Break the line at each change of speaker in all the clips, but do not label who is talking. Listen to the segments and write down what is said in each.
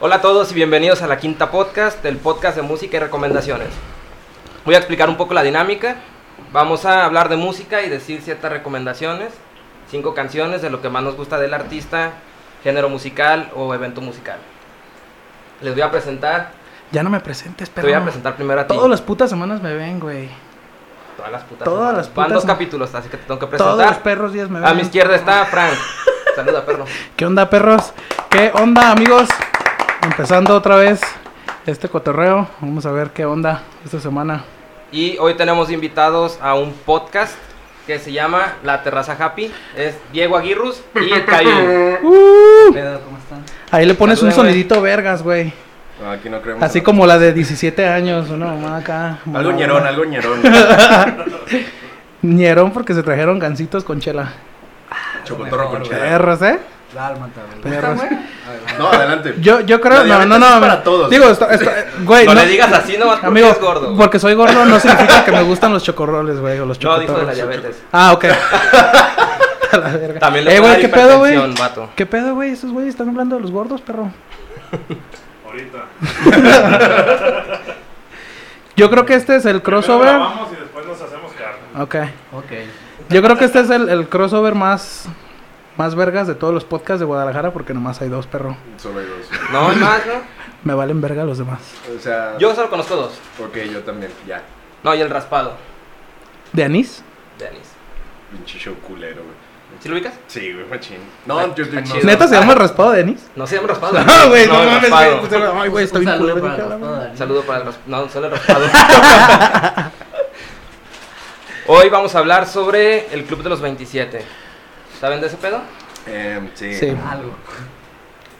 Hola a todos y bienvenidos a la Quinta Podcast, el podcast de música y recomendaciones. Voy a explicar un poco la dinámica. Vamos a hablar de música y decir ciertas recomendaciones, cinco canciones de lo que más nos gusta del artista, género musical o evento musical. Les voy a presentar,
Ya no me presentes,
te
pero.
voy a presentar primero a ti.
Todas las putas semanas me ven, güey.
Todas las putas.
todas
semanas.
las
Van
putas
dos
semanas.
capítulos, así que te tengo que
Todos los
presentar.
perros días me ven.
A mi izquierda está Frank. Saluda, perro.
¿Qué onda, perros? ¿Qué onda, amigos? Empezando otra vez este cotorreo. Vamos a ver qué onda esta semana.
Y hoy tenemos invitados a un podcast que se llama La Terraza Happy. Es Diego Aguirrus y el Caín.
pedo? ¿Cómo están?
Ahí le pones un
Saluda, güey.
sonidito vergas, güey.
No, aquí no creemos.
Así
en-
como la de 17 años, una mamá acá.
Algo
mamá.
ñerón, algo ñerón.
Ñerón porque se trajeron gancitos con chela.
Chocotorro con chela.
Perros, ¿eh?
Dálmata, güey.
Perros.
No, adelante.
Yo, yo creo,
La
no, no, no.
diabetes es
a mí-
para todos.
Digo, esto, esto- güey.
No, le digas así nomás porque
Amigo,
es gordo.
porque soy gordo no significa que me gustan los chocorroles, güey, o los
No, dijo de la
chocotorros.
diabetes.
ah, ok. A la verga.
También le
eh,
puede dar
güey, ¿qué pedo, güey?
hipertensión, vato.
¿Qué pedo, güey? Esos güeyes están hablando de los gordos, perro.
Ahorita.
Yo creo que este es el
Primero
crossover.
grabamos y después nos hacemos carne.
Ok.
Ok.
Yo creo que este es el, el crossover más más vergas de todos los podcasts de Guadalajara porque nomás hay dos, perro.
Solo hay dos.
No, es más, ¿no?
Me valen verga los demás.
O sea,
Yo solo conozco dos.
ok, yo también. Ya.
No, y el raspado
¿De anís?
de anís.
Pinche show culero, güey.
¿Sí lo ubicas?
Sí, güey, machín. No, yo estoy.
Ah,
no-
chido.
¿Neta se llama el raspado de anís?
No se llama raspado.
No, güey, no,
el
mames.
raspado.
güey. pues, Ay, güey, estoy
Un
bien
saludo
culero,
para
dije,
la
la verga.
toda, ¿no?
Saludo para el raspado. No, solo el raspado. Hoy vamos a hablar sobre el Club de los 27. ¿Saben de ese pedo?
Em, sí.
Sí.
Algo.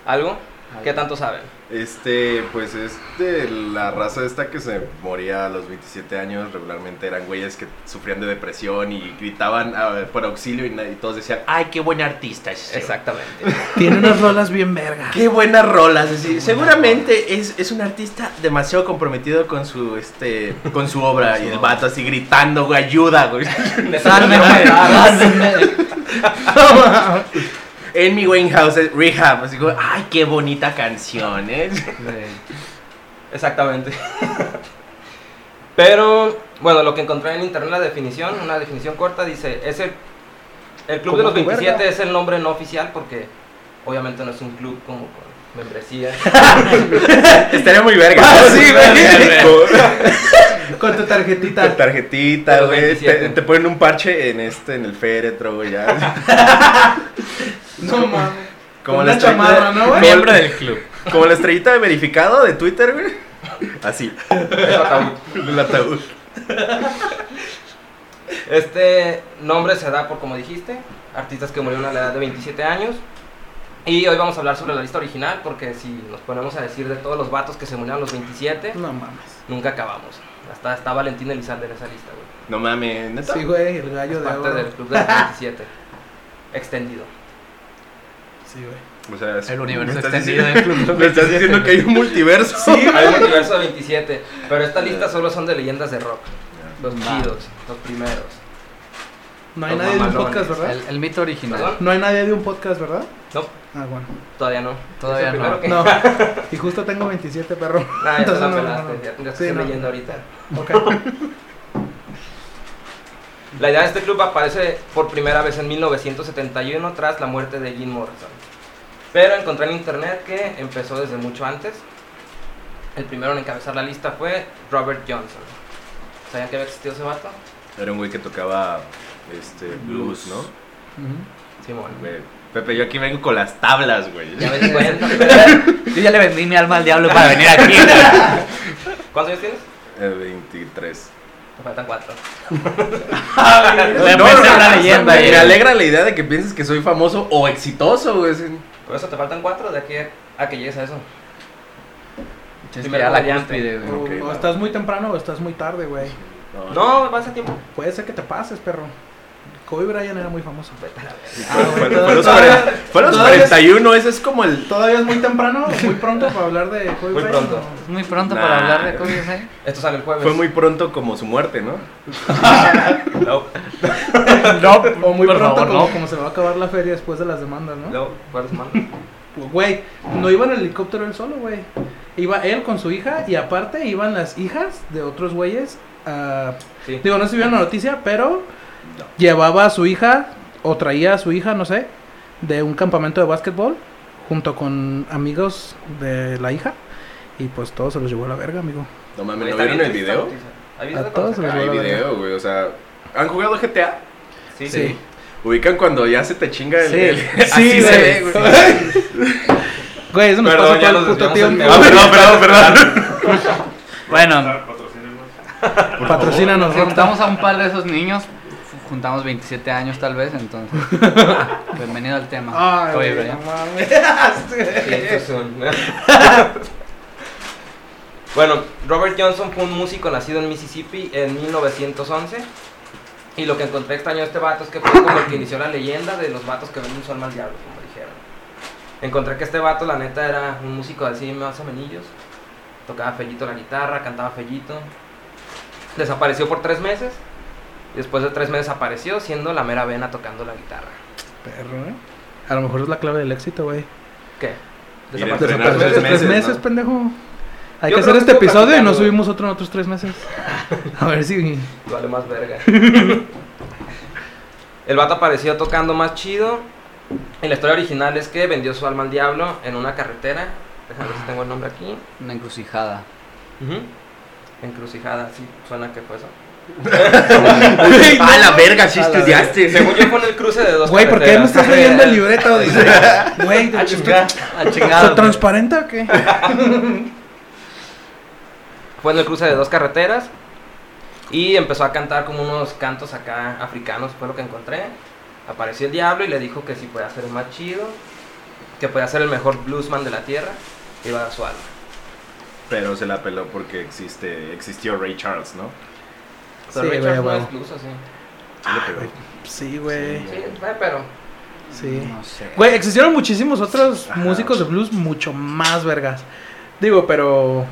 ¿Algo? ¿Qué tanto saben?
Este, pues es de la raza esta que se moría a los 27 años. Regularmente eran güeyes que sufrían de depresión y gritaban ah, por auxilio y, na- y todos decían, ¡ay, qué buen artista! es ese güey".
Exactamente.
Tiene unas rolas bien vergas.
Qué buenas rolas, es decir, seguramente es, es un artista demasiado comprometido con su este con su obra y el vato así gritando, güey, ayuda, güey.
Salve,
Sálvenme.
En mi Wayne House es Rehab, así como, ay, qué bonita canción, ¿eh?
Exactamente. Pero, bueno, lo que encontré en internet, la definición, una definición corta, dice, es el, el Club de
Como
los
tu
27
verga.
es el nombre no oficial porque obviamente no es un club como con membresía.
Estaría muy verga.
Ah, sí, güey.
Con-
Con tu tarjetita.
Con tarjetita,
Los
güey. Te,
27.
te ponen un parche en este, en el féretro, güey, ya.
No mames.
Como
Con
la
una
estrellita-
chamarra, ¿no, güey?
como-
Miembro
del club.
Como la estrellita de verificado de Twitter, güey. Así,
Es ataúd.
el ataúd.
Este nombre se da por, como dijiste, artistas que murieron a la edad de 27 años. Y hoy vamos a hablar sobre la lista original porque si nos ponemos a decir de todos los vatos que se murieron a los 27,
No mames.
nunca acabamos. Hasta está Valentín Elizalde en esa lista, güey.
No mames, neta.
Sí, güey, el
Es
gallo de
parte
oro.
del Club de los 27. Extendido.
Sí, güey.
O sea, es-
El universo
me estás
extendido
diciendo-
del Club.
Me estás diciendo que hay un multiverso.
Hay un universo de 27, pero esta lista solo son de leyendas de rock. Los
Va.
chidos, los primeros.
No hay
Los
nadie de un
mamalones.
podcast, ¿verdad?
El, el mito original.
¿Perdón?
No hay nadie de un podcast, ¿verdad?
No,
Ah, bueno.
todavía no.
Todavía
Es el
no.
primero que-
No. Y justo tengo 27, perro.
Nah, Ah, ya te
Entonces,
la
no,
pelaste,
no.
ya tendrías que
Sí,
ser
no.
leyenda ahorita.
Ok.
La idea de este club aparece por primera vez en 1971 tras la muerte de Jim Morrison. Pero encontré en internet que empezó desde mucho antes. El primero en encabezar la lista fue Robert Johnson. ¿Sabían que había existido ese vato?
Era un güey que tocaba este blues, ¿no?
Ujú.
Simón.
Güey, Pepe, yo aquí vengo con las tablas, güey.
Ya me di cuenta.
Yo ya le vendí mi alma al diablo para venir aquí. güey.
¿Cuántos años tienes?
Eh, 23.
Me faltan cuatro.
Le pensé una leyenda.
Me,
güey.
alegra la idea de que pienses que soy famoso o exitoso, güey. Sí.
Por eso te faltan cuatro de aquí a- a que llegues a eso.
Es que
Primera
ya este, la
variante.
cúspide, güey.
O-
Ok,
o
va.
estás muy temprano o estás muy tarde, güey.
No, vas a tiempo.
Puede ser que te pases, perro. Kobe Bryant era muy famoso.
Fue- fue-
güey,
fue los
todavía-
cuarenta- fue los
todavía-
41, ese es como el.
¿Todavía es muy temprano o muy pronto para hablar de Kobe
Muy
Bryant?
pronto.
o-
Es muy pronto
Nah.
para hablar de cosas, ¿eh?
Esto sale el jueves.
Fue muy pronto como su muerte, ¿no?
No,
O muy
Por
pronto
favor,
como,
no.
como se va a acabar la feria después de las demandas, ¿no?
no, ¿cuál es, mano?
Güey, no iba en el helicóptero él solo, güey. Iba él con su hija y aparte iban las hijas de otros güeyes. a-
Sí.
digo, no se vio en la noticia, pero llevaba a su hija o traía a su hija, no sé, de un campamento de básquetbol junto con amigos de la hija. Y pues todo se los llevó a la verga, amigo.
No mames,
Güey,
¿no
está
vieron
bien
el
triste esta
video?
noticia. ¿Hay video
A
de cuando
todos
se
les
cae?
Hay
la verga.
video, güey, o sea, ¿han jugado GTA?
Sí,
Sí.
sí.
Ubican cuando ya se te chinga el...
Sí.
el-
Sí,
Así se ve,
güey.
güey.
Güey, eso nos
Perdón,
pasa
ya
todo el
nos
puto
desviamos del tema.
tiempo.
Ah, perdón, perdón, perdón.
Bueno,
Ah, patrocínenos.
Patrocínanos,
si
Ronda.
juntamos a un par de esos niños, juntamos 27 años tal vez, entonces. Bienvenido al tema.
Ay,
Oye,
güey,
Brian.
no mames.
Sí, estos son. bueno, Robert Johnson fue un músico nacido en Mississippi en 1911. Y lo que encontré extraño de este vato es que fue como el que inició la leyenda de los vatos que venden son mal diablo, como dijeron. Encontré que este vato, la neta, era un músico así más o menillos. Tocaba fellito la guitarra, cantaba fellito. Desapareció por tres meses. y Después de tres meses apareció, siendo la mera vena tocando la guitarra.
Perro, ¿eh? A lo mejor es la clave del éxito, güey.
¿Qué?
Mira,
Desapareció.
Entrenar
Desapareció
tres
tres meses,
meses, ¿no?
pendejo. Hay
Yo
que
creo
hacer
que
este
estoy
episodio y
practicando,
no
güey.
subimos otro en otros tres meses. A ver si.
Vale más verga. El vato apareció tocando más chido. Y la historia original es que vendió su alma al diablo en una carretera. Déjame ver si tengo el nombre aquí.
Una encrucijada.
Encrucijada, sí, suena que fue eso.
Ah,
A la verga, sí
A la
Según yo, fue en el cruce de dos
Güey, ¿por qué no
carreteras.
estás leyendo el libreto? Dice. Güey,
Ah,
¿esto-
chinga.
A
¿esto
chingado.
transparente o qué?
Fue en el cruce de dos carreteras. Y empezó a cantar como unos cantos acá africanos, fue lo que encontré. Apareció el diablo y le dijo que si podía ser el más chido, que podía ser el mejor bluesman de la tierra, iba a dar su alma.
Pero se la peló porque existe, existió Ray Charles, ¿no?
Pero
Sí,
Richards
güey,
no
güey.
es blues, así.
Sí
Ah,
le pegó.
Sí, güey.
Sí, eh, pero.
Sí.
No sé.
Güey, existieron muchísimos otros
Ah,
Ajá.
músicos de blues mucho más vergas. Digo, pero.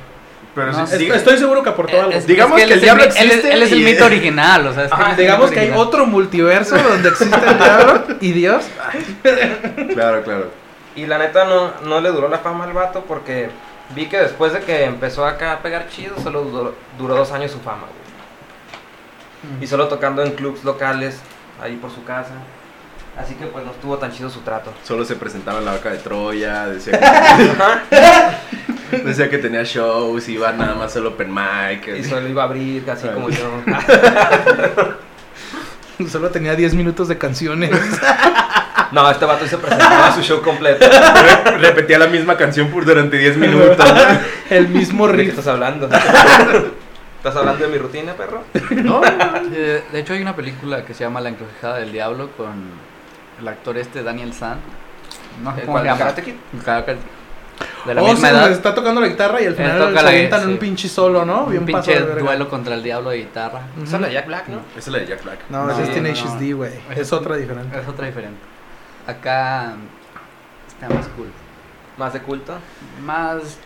Pero
Ah,
No,
sí,
es-
sí-
Estoy seguro que
Eh,
aportó algo.
Eh, Es- es
Digamos que
él
el
es
diablo
mi- él es-
existe
Él es el
y-
mito original, o sea, es que él
Ajá,
es el
Digamos
mito
que hay
original.
otro multiverso donde existe el diablo y Dios.
Claro, claro.
Y la neta no, no le duró la fama al vato porque vi que después de que empezó acá a pegar chido, solo duró, duró dos años su fama,
Mm.
güey. Y solo tocando en clubs locales, ahí por su casa. Así que pues no estuvo tan chido su trato.
Solo se presentaba en la vaca de Troya, decía
Ajá.
que, decía que tenía shows, iba nada más al open mic.
Y solo iba a abrir, casi como yo.
Solo tenía 10 minutos de canciones.
No, este vato se presentaba su show completo.
Repetía la misma canción por durante 10 minutos.
El mismo
¿De qué
riff.
estás hablando? ¿Estás hablando de mi rutina, perro?
No,
Eh, de hecho hay una película que se llama La encrucijada del diablo con el actor este Daniel San. No sé
Eh,
cómo
¿cuál,
se llama.
Karate Kid?
El Karate- De la
Oh,
misma
sí,
edad.
donde está tocando la guitarra y al
Él
final
toca
se
la-
avientan
sí.
un pinche solo, ¿no?
Un
Bien pasado
pinche
de verga.
duelo contra el diablo de guitarra.
Ujú.
Esa es la de Jack Black, ¿no?
Esa es la de Jack Black.
No, ese
No,
es Teenage
no.
D, güey. Es otra diferente.
Es otra diferente. Acá está más cool.
Más de culto.
Más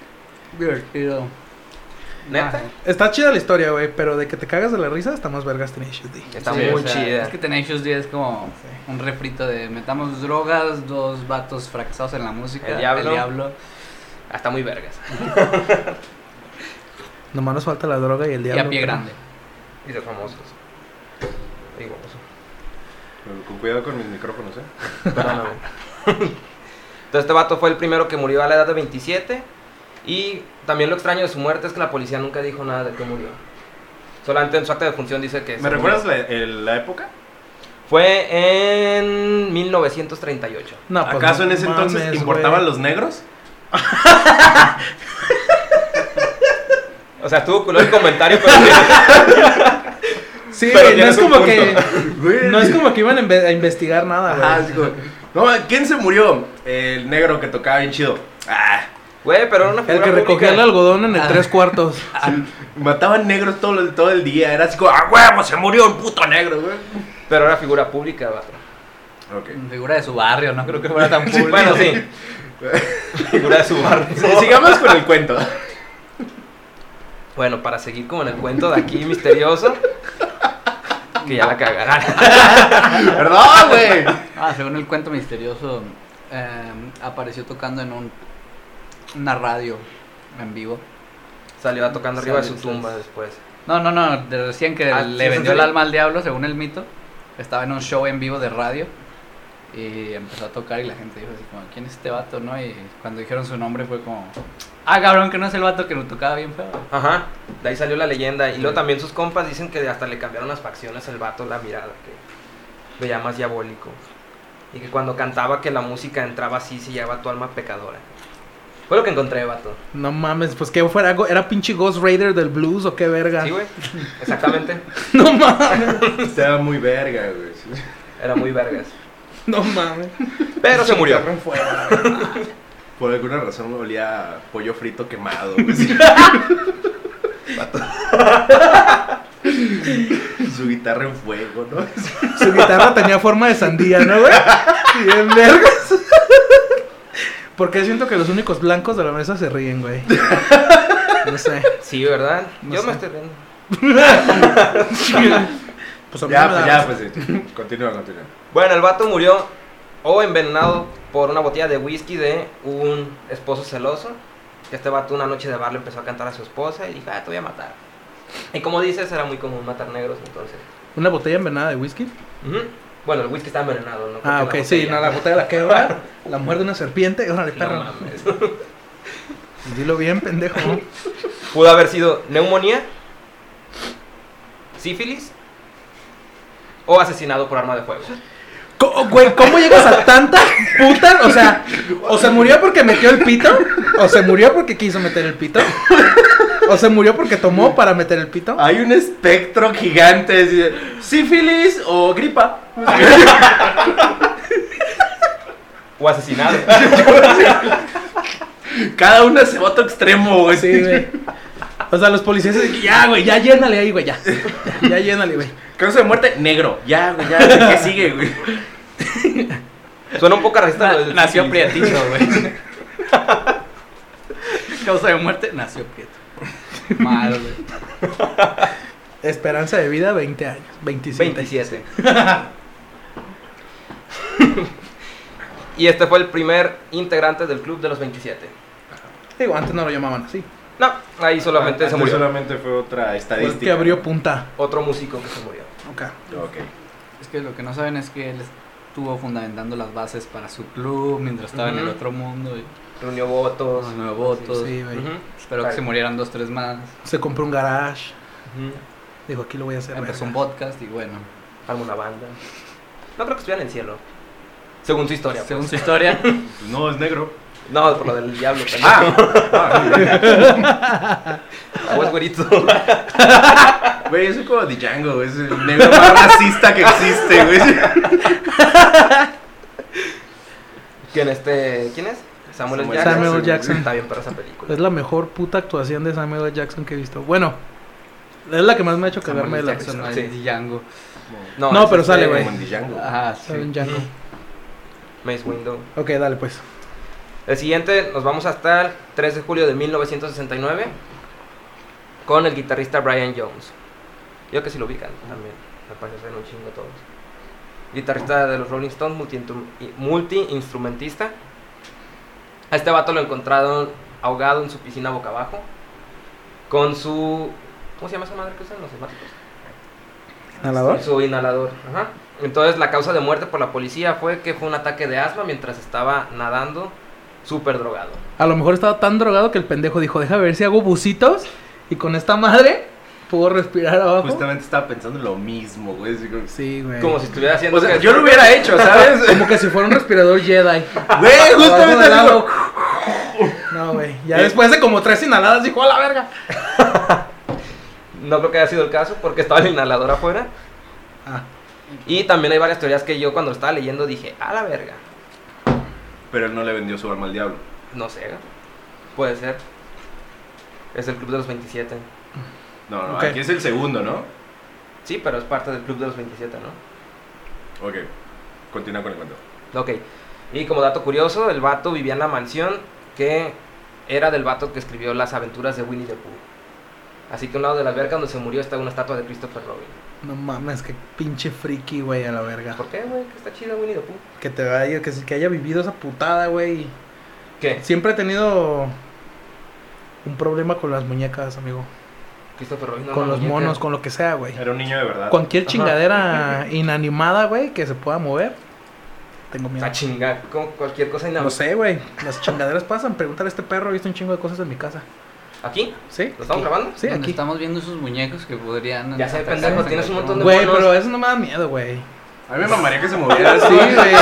divertido. Ah,
¿Neta?
Ajá.
Está chida la historia, güey, pero de que te cagas de la risa está más vergas Tenacious D.
Está
Sí, o
muy
sea,
chida.
Es que Tenacious D es como un refrito de metamos drogas, dos vatos fracasados en la música,
El diablo.
diablo.
Ah, Está muy vergas.
Nomás nos falta la droga y el diablo.
y a pie
pero-
grande.
Y los famosos. Digo, eso.
Con cuidado con mis micrófonos, ¿eh?
Perdóname. Entonces este vato fue el primero que murió a la edad de 27. Y también lo extraño de su muerte es que la policía nunca dijo nada de que murió. Solamente en su acta de función dice que... se
¿Me
murió.
recuerdas la, el- la época?
Fue en 1938.
No, pues,
¿Acaso
no
en ese entonces
mames,
importaban
güey.
los negros?
O sea, estuvo culo el comentario, pero...
Sí,
Pero
no
tienes
es
un
como
punto.
que.
Güey.
No es como que iban a inve- a investigar nada, güey.
Ajá, es como, No, ¿quién se murió? El negro que tocaba bien chido. Ah,
Güey, pero era una
El
figura
que recogía el
pública.
algodón en el
Ah.
tres cuartos.
mataban negros todo, el- todo el día. Era así como, ah, huevo, se murió el puto negro, güey.
Pero era figura pública, vato.
Ok.
Figura de su barrio, no creo que fuera tan público.
Bueno, sí. figura de su barrio.
Sí, sigamos con el cuento.
Bueno, para seguir como en el cuento de aquí misterioso, que ya la cagarán.
Perdón, güey.
Ah, según el cuento misterioso, eh, apareció tocando en un, una radio en vivo.
Salió a tocando arriba de su
Salió,
tumba
salió.
después.
No, no, no, de recién que
Ah, sí,
le
sí,
vendió
sí.
el alma al diablo, según el mito. Estaba en un show en vivo de radio y empezó a tocar y la gente dijo así como, ¿quién es este vato, no? Y cuando dijeron su nombre fue como, ah, cabrón, que no es el vato que nos tocaba bien feo.
Ajá, de ahí salió la leyenda. Y luego
Sí.
también sus compas dicen que hasta le cambiaron las facciones al vato, la mirada, que veía más diabólico. Y que cuando cantaba que la música entraba así, se llevaba tu alma pecadora. Fue lo que encontré, vato.
No mames, pues que fuera, go- era pinche Ghost Raider del blues o qué verga.
Sí, güey, exactamente.
no mames,
Estaba muy verga, güey.
Era muy vergas.
no mames.
Pero se murió.
Cabrón, fuera.
Por alguna razón olía a pollo frito quemado, güey. Vato. Su guitarra en fuego, ¿no?
Su guitarra tenía forma de sandía, ¿no, güey? Bien vergas. Porque siento que los únicos blancos de la mesa se ríen, güey. No sé.
Sí, ¿verdad?
No
Yo
sé.
me estoy riendo.
Pues a mí
Ya,
no me
pues
da-
ya, pues sí. Continúa, continúa.
Bueno, el vato murió o envenenado por una botella de whisky de un esposo celoso. Que este vato una noche de bar le empezó a cantar a su esposa y dijo, ah, te voy a matar. Y como dices, era muy común matar negros entonces.
Una botella envenenada de whisky.
Ujú. Bueno, el whisky está envenenado, ¿no?
Ah, ok,
Porque la
sí,
botella-
no, la botella la quebra, la muerde una serpiente, órale,
No
perro.
mames.
Dilo bien, pendejo.
Pudo haber sido neumonía, sífilis o asesinado por arma de fuego.
Co- Oh, Güey, ¿cómo llegas a tanta puta? O sea, o se murió porque metió el pito, o se murió porque quiso meter el pito, o se murió porque tomó para meter el pito.
Hay un espectro gigante. así, ¿Sífilis o gripa?
O asesinado.
Cada una se va a otro extremo, güey.
Sí, güey. O sea, los policías dicen, ya, güey, ya llénale ahí, güey, ya. Ya, ya llénale, güey.
Causa de muerte, negro. Ya, güey, ya. ¿Qué sigue, güey?
Suena un poco racista. lo del
nació
sífilis.
prietito, güey. Causa de muerte, nació prieto. Mal, güey.
Esperanza de vida, 20 años, 27.
27. y este fue el primer integrante del club de los 27.
Digo, antes no lo llamaban así.
No, ahí
Ah,
solamente se
Antes
murió.
Solamente fue otra
Fue
estadística.
el que abrió punta.
Otro músico que se murió.
Ok.
Ok.
Es que lo que no saben es que él estuvo fundamentando las bases para su club mientras estaba en el
Ujú.
otro mundo. Y
Reunió votos.
Reunió votos.
Pues Sí, Ah, güey.
Ujú,
espero que se murieran dos, tres más.
Se compró un garage.
ujú.
Dijo, aquí lo voy a hacer.
Empezó un
verga.
podcast y bueno.
Armó una banda. No creo que estuviera en el cielo. Según su historia.
Según su historia,
Pues no, es negro.
pues. No, por lo del diablo. Ah, es güerito.
Güey, yo soy como de Django, güey. Es el negro más racista que existe, güey.
¿Quién, este, ¿Quién es? Samuel, L.
Samuel
Jackson.
Samuel L. Jackson.
Está bien para esa película.
Es la mejor puta actuación de Samuel L. Jackson que he visto. Bueno, es la que más me ha hecho cagarme de
Samuel
la
Jackson,
risa.
persona.
no,
Sí.
es Django.
No,
es
pero sale,
este,
güey.
Como en Django.
Ajá, sí.
Saben, Django.
Mace Window.
Ok, dale pues.
El siguiente nos vamos hasta el 3 de julio de 1969 con el guitarrista Brian Jones. Yo que si lo ubican también, al parecer un chingo todos. Guitarrista de los Rolling Stones, multiinstru- y- multi-instrumentista. A este vato lo encontraron ahogado en su piscina boca abajo con su... ¿Cómo se llama esa madre que usan los asmáticos?
¿Inhalador?
Su inhalador. Ajá. Entonces la causa de muerte por la policía fue que fue un ataque de asma mientras estaba nadando súper drogado.
A lo mejor estaba tan drogado que el pendejo dijo, deja ver si hago bucitos y con esta madre puedo respirar abajo.
Justamente estaba pensando lo mismo, güey. así como-
Sí, güey.
Como si estuviera haciendo...
O sea,
que-
yo lo hubiera hecho, ¿sabes?
Como que si fuera un respirador Jedi.
Güey,
Abajo
justamente
del
así
agua.
como-
No, güey. Ya
Eh.
después de como tres inhaladas dijo, a la verga.
No creo que haya sido el caso porque estaba el inhalador afuera.
Ah,
Y también hay varias teorías que yo cuando lo estaba leyendo dije, a la verga.
Pero él no le vendió su alma al diablo.
No sé. Puede ser. Es el Club de los 27.
No, no,
Ok.
aquí es el segundo, ¿no?
Sí, pero es parte del Club de los 27, ¿no?
Ok. Continúa con el cuento.
Ok. Y como dato curioso, el vato vivía en la mansión que era del vato que escribió las aventuras de Winnie the Pooh. Así que a un lado de la alberca donde se murió está una estatua de Christopher Robin.
No mames, qué pinche friki, güey, a la verga.
¿Por qué, güey? Que está chido Winnie the Pooh.
Que te vaya, que, se- que haya vivido esa putada, güey.
¿Qué?
Siempre he tenido un problema con las muñecas, amigo.
Christopher Robin. no,
con
la
los
muñeca.
monos, con lo que sea, güey.
Era un niño de verdad.
Cualquier
Ajá.
chingadera inanimada, güey, que se pueda mover. Tengo
O
miedo.
sea, chingar, como cualquier cosa
No
inaudita.
sé, güey. Las chingaderas pasan. Pregúntale a este perro, he visto un chingo de cosas en mi casa.
¿Aquí?
¿Sí?
¿Lo estamos grabando?
Sí,
Donde
aquí.
estamos viendo esos muñecos que podrían.
Ya sé,
atacarnos
pendejo,
en
tienes un
cualquier
montón de-
Güey,
monos.
pero eso no me da miedo, güey.
A mí me mamaría que se moviera
Sí,
así.
güey.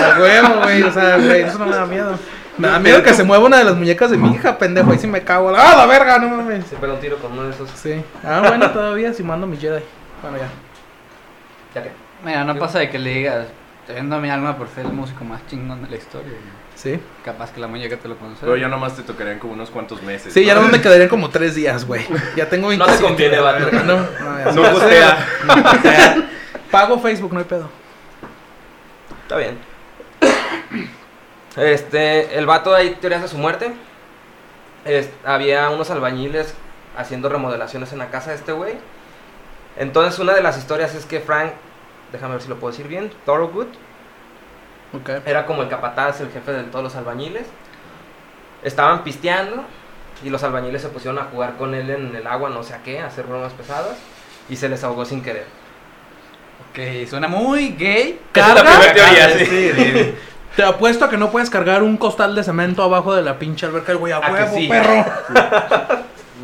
A huevo, güey. O sea, güey, eso no me da miedo. Me da miedo que se mueva una de las muñecas de mi hija, pendejo. Ahí sí me cago. ¡Ah, la verga! No mames.
Se pega un tiro con uno de esos.
Sí. Ah, bueno, todavía si mando mi Jedi. Bueno, ya.
Ya que.
Mira, no pasa de que le digas, te vendo mi alma por ser el músico más chingón de la historia. güey.
Sí.
Capaz que la muñeca te lo conoce.
Pero ya nomás te tocarían como unos cuantos meses.
Sí, ya no me quedarían como tres días, güey. Ya tengo
No te
27.
conviene, vato.
No, no, ya.
No costea.
Pago Facebook, no hay pedo.
Está bien. Este, el vato hay teorías de su muerte. Es- había unos albañiles haciendo remodelaciones en la casa de este güey. Entonces, una de las historias es que Frank, déjame ver si lo puedo decir bien, Thorogood,
Ok.
era como el capataz, el jefe de todos los albañiles. Estaban pisteando y los albañiles se pusieron a jugar con él en el agua, no sé a qué, a hacer bromas pesadas y se les ahogó sin querer.
Que suena muy gay. Ah,
Esa es la
Carga.
primera teoría,
Carga,
sí.
Te apuesto a que no puedes cargar un costal de cemento abajo de la pinche alberca, güey. A
¿A que
huevo,
sí?
perro.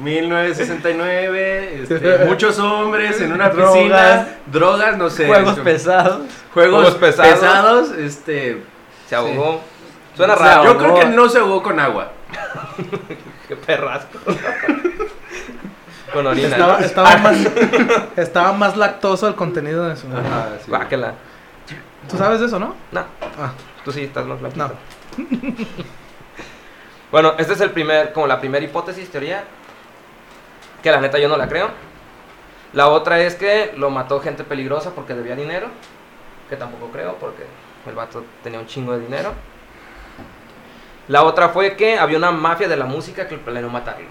1969, este, muchos hombres en una piscina, drogas, no sé,
Juegos
este,
pesados.
juegos
Juegos pesados.
pesados, este,
Se ahogó. Suena
o sea,
raro.
yo creo que no se ahogó con agua.
Qué perrasco. Con orina.
Estaba,
Ah.
estaba, más, estaba más lactoso el contenido de su.
Ajá, sí.
Guácala.
Tú sabes de eso, ¿no?
No,
Ah,
tú sí estás más blanquito.
no.
Bueno, esta es el primer, como la primera hipótesis, teoría. Que la neta yo no la creo. La otra es que lo mató gente peligrosa porque debía dinero. Que tampoco creo porque el vato tenía un chingo de dinero. La otra fue que había una mafia de la música que planeó matarlo.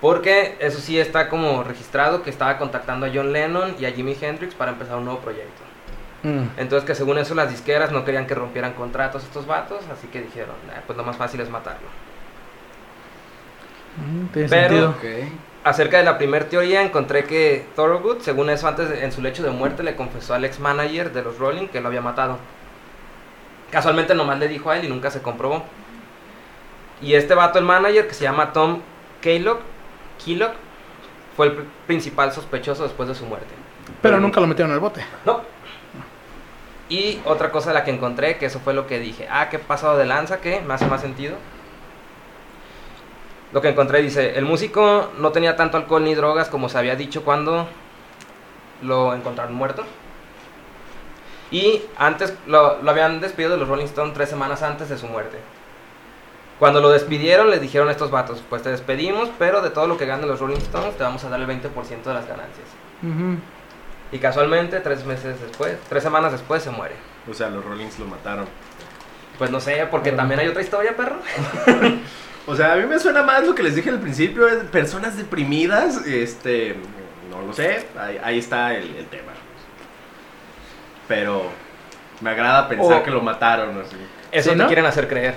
Porque eso sí está como registrado que estaba contactando a John Lennon y a Jimi Hendrix para empezar un nuevo proyecto.
Mm.
Entonces que según eso las disqueras no querían que rompieran contratos estos vatos, así que dijeron, "Nah, pues lo más fácil es matarlo.
Mm, Tiene
Pero-
sentido.
Ok.
Acerca de la primera teoría encontré que Thorogood, según eso antes de- en su lecho de muerte le confesó al ex manager de los Rolling que lo había matado. Casualmente nomás le dijo a él y nunca se comprobó. Y este vato, el manager, que se llama Tom Keylock, Keylock fue el pr- principal sospechoso después de su muerte.
Pero nunca lo metieron al bote.
No. Y otra cosa de la que encontré, que eso fue lo que dije. Ah, qué pasado de lanza, que me hace más sentido. Lo que encontré dice, el músico no tenía tanto alcohol ni drogas como se había dicho cuando lo encontraron muerto. Y antes lo, lo habían despedido de los Rolling Stones tres semanas antes de su muerte. Cuando lo despidieron les dijeron a estos vatos, pues te despedimos, pero de todo lo que ganen los Rolling Stones te vamos a dar el 20% de las ganancias.
Ujú.
Y casualmente, tres meses después, tres semanas después se muere.
O sea, los Rollings lo mataron.
Pues no sé, porque también hay otra historia, perro.
O sea, a mí me suena más lo que les dije al principio, es personas deprimidas, este, no lo sé, ahí, ahí está el, el tema. Pero me agrada pensar
O-
que lo mataron, así.
Eso
¿Sí,
te
no?
quieren hacer creer.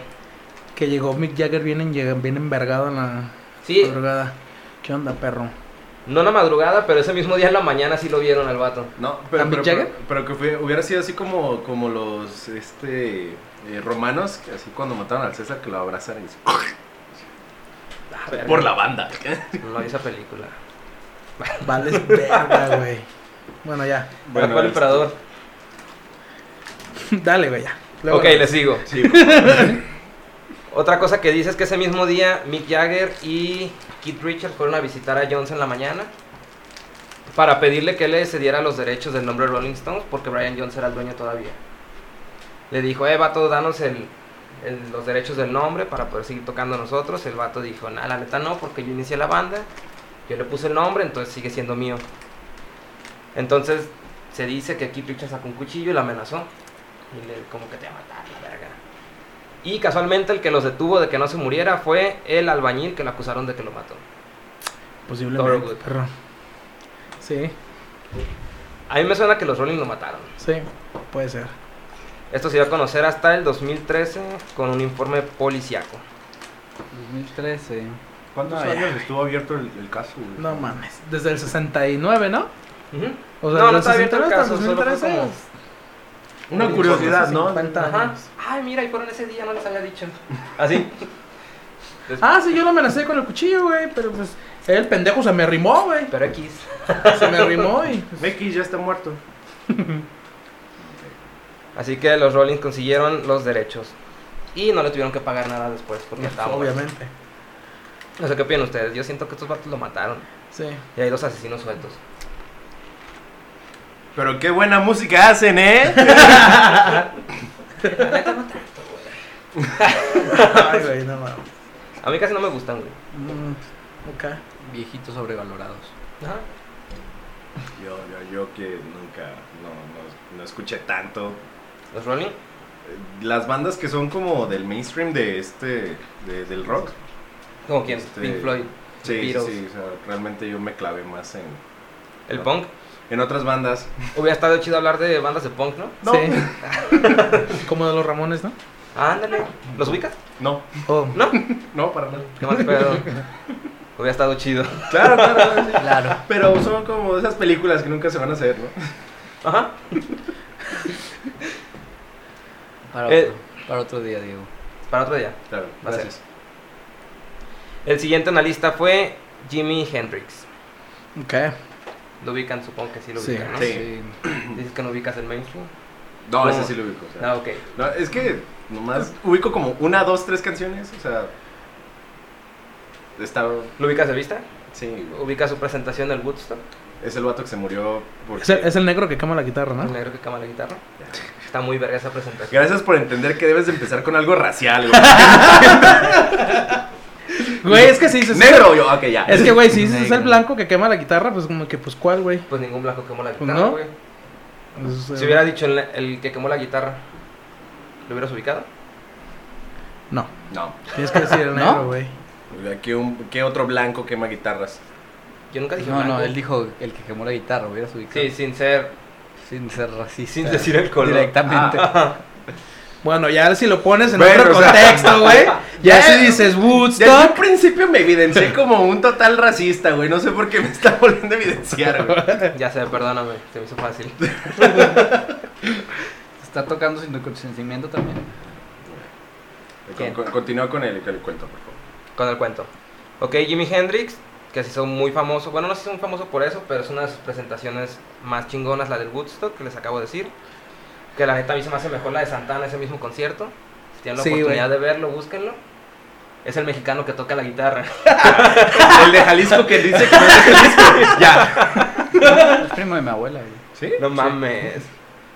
Que llegó Mick Jagger bien, en, bien envergado en la
Sí,
madrugada. ¿Qué onda, perro?
no en la madrugada, pero ese mismo día en la mañana sí lo vieron al vato.
No,
¿A
pero,
Mick
pero,
Jagger?
pero- pero que fue- hubiera sido así como, como los este eh, romanos, que así cuando mataron al César, que lo abrazaron y se- por la banda.
No vi esa película.
Vales verga, güey. Bueno, ya.
Bueno, ¿Cuál
este-
emperador?
Dale, güey, ya. Luego-
ok, le sigo.
Sí, por favor.
Otra cosa que dice es que ese mismo día Mick Jagger y Keith Richards fueron a visitar a Jones en la mañana para pedirle que le cediera los derechos del nombre Rolling Stones porque Brian Jones era el dueño todavía. Le dijo, eh, vato, danos el, el- los derechos del nombre para poder seguir tocando nosotros. El vato dijo, nah, la neta no, porque yo inicié la banda, yo le puse el nombre, entonces sigue siendo mío. Entonces se dice que Keith Richards sacó un cuchillo y la amenazó. Y le como que te va a matar, la verga. Y casualmente el que los detuvo de que no se muriera fue el albañil que lo acusaron de que lo mató.
Posiblemente,
Thorogood.
perro. Sí.
A mí me suena que los Rolling lo mataron.
Sí, puede ser.
Esto se dio a conocer hasta el 2013 con un informe policiaco.
2013.
¿Cuántos
No, ya,
años estuvo abierto el, el caso? güey?
No mames. Desde el 69, ¿no? O sea,
No,
desde
no
el
está abierto el
69 hasta el
caso, solo fue
2013.
como-
Una curiosidad, ¿no?
50
Ajá.
años.
Ay, mira, y fueron ese día, no les había dicho. Así.
Ah, sí, yo lo amenacé con el cuchillo, güey. Pero pues, el pendejo se me arrimó, güey.
Pero X.
Se me arrimó y.
Becky ya está muerto.
Así que los Rollins consiguieron los derechos. Y no le tuvieron que pagar nada después porque estaba muerto.
Obviamente.
No sé qué opinan ustedes. Yo siento que estos vatos lo mataron.
Sí.
Y hay dos asesinos sueltos.
Pero qué buena música hacen, ¿eh?
Ay, güey, no mames.
A mí casi no me gustan, güey.
Mm, ok.
Viejitos sobrevalorados.
Ajá.
Yo, yo, yo que nunca, no, no, no escuché tanto.
Los Rolling.
Eh, Las bandas que son como del mainstream de este, de- del rock.
¿Como quién?
Este,
Pink Floyd.
Sí, sí,
Beatles.
sí, o sea, realmente yo me clavé más en,
El
No.
punk.
en otras bandas.
Hubiera estado chido hablar de bandas de punk, ¿no?
Sí. Como de los Ramones, ¿no?
Ah, Ándale. ¿Los ubicas?
No,
Oh.
¿No?
no, para nada.
¿Qué más pedo? Hubiera estado chido.
Claro, claro, claro, sí.
Claro.
Pero son como esas películas que nunca se van a hacer, ¿no?
Ajá.
Para
Eh.
otro, para otro día, Diego.
Para otro día.
Claro,
Va a ser.
gracias.
El siguiente en la lista fue Jimi Hendrix.
Ok.
Lo ubican, supongo que sí lo
Sí.
ubican, ¿no?
Sí.
Dices que no ubicas el mainstream.
No,
No.
ese sí lo ubico. o sea.
Ah, ok.
No, es que nomás ubico como una, dos, tres canciones, o sea. Está.
¿Lo ubicas de vista?
Sí,
¿Ubicas su presentación del Woodstock?
es el vato que se murió porque.
Es el, es el negro que cama la guitarra,
El
¿no?
negro que cama la guitarra. Está muy verga esa presentación.
Gracias por entender que debes de empezar con algo racial, güey.
Güey, es que sí, sí, sí.
Negro, yo, ok, ya.
Es que, güey, si dices es el
Negro.
blanco que quema la guitarra, pues como que, pues, ¿cuál, güey?
Pues ningún blanco quemó la
Pues
guitarra,
no.
güey.
Pues, eh,
Si hubiera dicho el, el que quemó la guitarra, ¿lo hubieras ubicado?
No,
No.
tienes que decir el
¿No?
negro, güey.
¿Qué, un- qué otro blanco quema guitarras?
Yo nunca dije
No,
blanco.
no, él dijo el que quemó la guitarra, hubiera su
Sí, sin ser.
Sin ser racista.
Sin decir el color. Ah.
Directamente.
Bueno, ya si lo pones en
Bueno,
otro
o sea-
contexto, güey. Ya si
Bueno.
dices
Desde un
Woodstock.
principio me evidencié como un total racista, güey. No sé por qué me está volviendo a evidenciar, güey.
Ya sé, perdóname, se me hizo fácil.
Está tocando sin tu consentimiento también.
¿Quién?
Con- con- Continúa con el, con el cuento, por favor.
Con el cuento. Ok, Jimi Hendrix, que se hizo muy famoso. Bueno, no se hizo muy famoso por eso, pero es una de sus presentaciones más chingonas, la del Woodstock, que les acabo de decir. Que la neta a mí se me hace mejor la de Santana, ese mismo concierto. Si tienen la
Sí,
oportunidad de verlo, búsquenlo. Es el mexicano que toca la guitarra.
El de Jalisco que dice que no es de Jalisco. Ya.
Es primo de mi abuela, güey.
¿Sí?
No mames.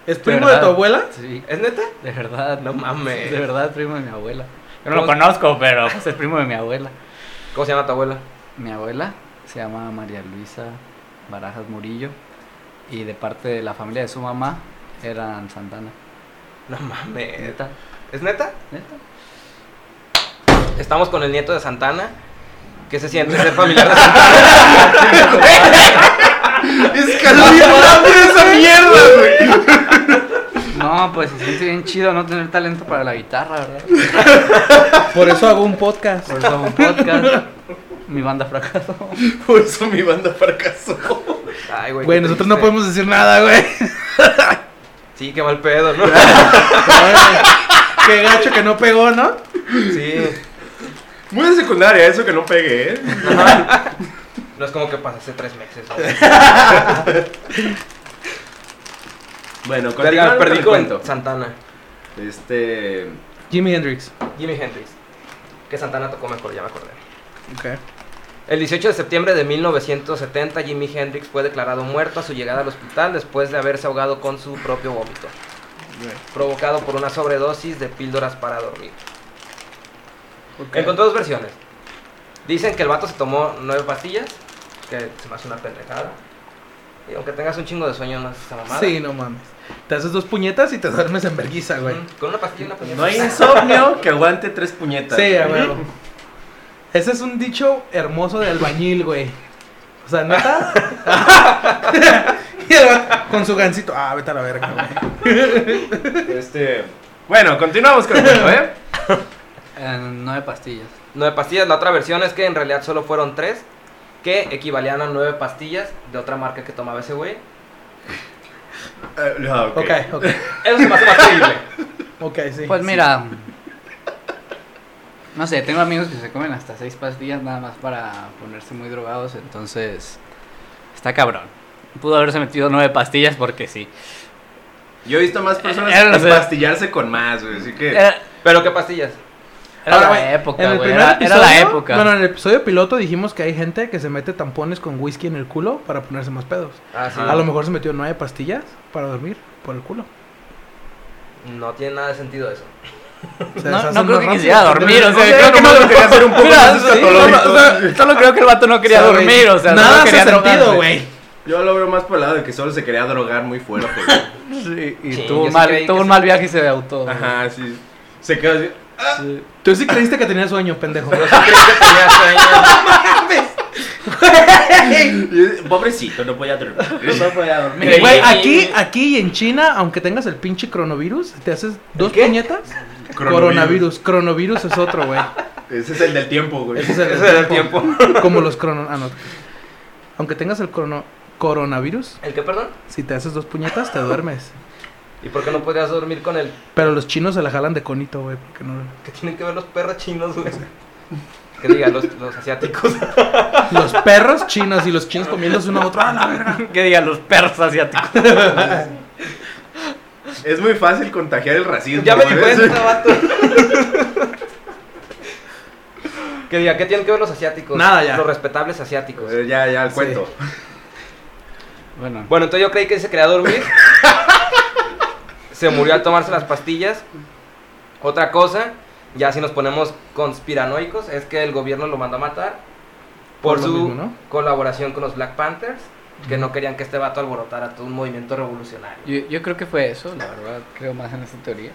¿Es primo de tu
verdad.
abuela?
Sí,
¿Es neta?
de verdad.
No mames.
De verdad, primo de mi abuela. Yo no
¿Cómo-
lo conozco, pero pues, es primo de mi abuela.
¿Cómo se llama tu abuela?
Mi abuela se llama María Luisa Barajas Murillo. Y de parte de la familia de su mamá eran Santana.
No mames.
Neta, ¿eh?
¿Es neta?
neta.
Estamos con el nieto de Santana. ¿Qué se siente ser familiar de Santana?
Es que no esa mierda, güey.
No, pues se siente bien chido no tener talento para la guitarra, ¿verdad?
Por eso hago un podcast.
Por eso hago un podcast. Mi banda fracasó.
Por eso mi banda fracasó.
Ay, güey.
Güey,
qué
nosotros
triste.
no podemos decir nada, güey.
Sí, qué mal pedo, ¿no?
Qué gacho que no pegó, ¿no?
sí.
Muy de secundaria, eso que no pegué, ¿eh?
Ajá. No es como que pasé hace tres meses. ¿no?
Bueno,
Verga,
continuando con
perdí
el
con
cuento.
Santana.
Este.
Jimi Hendrix.
Jimi Hendrix. Que Santana tocó mejor, ya me acordé.
Ok.
El 18 de septiembre de 1970, Jimi Hendrix fue declarado muerto a su llegada al hospital después de haberse ahogado con su propio vómito, provocado por una sobredosis de píldoras para dormir. Encontré dos versiones. Dicen que el vato se tomó nueve pastillas, que se me hace una pendejada. Y aunque tengas un chingo de sueño, no es esa mamada.
Sí, no mames. Te haces dos puñetas y te duermes en verguiza, güey.
Mm, Con una pastilla y una pastilla.
No hay insomnio que aguante tres puñetas.
Sí, a huevo. Ese es un dicho hermoso de albañil, güey. O sea, neta. Con su gancito. Ah, vete a la verga, güey.
Este. Bueno, continuamos con el juego, ¿eh?
Eh, nueve pastillas.
Nueve pastillas. La otra versión es que en realidad solo fueron tres, que equivalían a nueve pastillas de otra marca que tomaba ese güey.
Eh, no, ok.
Ok, ok.
Eso se me hace más creíble.
Ok, sí.
Pues
sí.
mira. No sé, tengo amigos que se comen hasta seis pastillas nada más para ponerse muy drogados, entonces. Está cabrón. Pudo haberse metido nueve pastillas porque sí.
Yo he visto más personas
Eh, eh, no sé.
empastillarse con más, güey. Así que.
Era,
Pero qué pastillas.
era
Ahora,
la
güey, en
época,
el
güey.
primer
Era, era la
episodio-
época.
Bueno, en el episodio piloto dijimos que hay gente que se mete tampones con whisky en el culo para ponerse más pedos.
Ah, sí.
A lo mejor se metió nueve pastillas para dormir por el culo.
No tiene nada de sentido eso.
Se
no,
deshacen más
no creo que
rápido.
quisiera dormir, o sea,
sea,
creo que
nomás
no
lo quería hacer un poco
Mira,
más
sí, solo- solo- Solo creo que el vato no quería
O sea, güey,
dormir, o sea,
nada
no
hace
quería
sentido,
drogarse.
güey.
Yo lo veo más por el lado de que solo se quería drogar muy fuerte, güey.
Sí, y
Sí,
tuvo,
yo sí
mal,
creí
tuvo
que
un
sí.
mal viaje y se auto.
Ajá, sí. Se quedó así.
Tú sí creíste que tenía sueño, pendejo.
Yo sí creí que tenía sueño.
Y- Pobrecito, no podía dormir. No podía dormir.
Mira,
Güey,
y-
aquí, aquí y en China, aunque tengas el pinche coronavirus, te haces dos
qué?
puñetas. Coronavirus. Coronavirus es otro, güey.
Ese es el del tiempo, güey.
Ese es el,
Ese era el tiempo.
Como los crono... Ah, no. Aunque tengas el crono... coronavirus,
¿El qué, perdón?
si te haces dos puñetas, te duermes.
¿Y por qué no podrías dormir con el
Pero los chinos se la jalan de conito, güey. Porque no...
que tienen que ver los perros chinos, güey? Que diga, los, los asiáticos.
Los perros chinos y los chinos comiéndose uno a otro. ¡Ah, la verga!
Que digan los perros asiáticos.
Es muy fácil contagiar el
Pues,
racismo.
Ya me di
güey.
cuenta, vato. que diga, ¿qué tienen que ver los asiáticos?
Nada, ya.
Los respetables asiáticos.
Eh, Ya, ya, el
Sí.
cuento.
Bueno,
Bueno, entonces yo creí que se quería dormir. se murió al tomarse las pastillas. Otra cosa, ya si nos ponemos conspiranoicos, es que el gobierno lo mandó a matar por,
Por lo
su
mismo, ¿no?
colaboración con los Black Panthers, que no querían que este vato alborotara todo un movimiento revolucionario.
yo, yo creo que fue eso, la verdad. Creo más en esta teoría.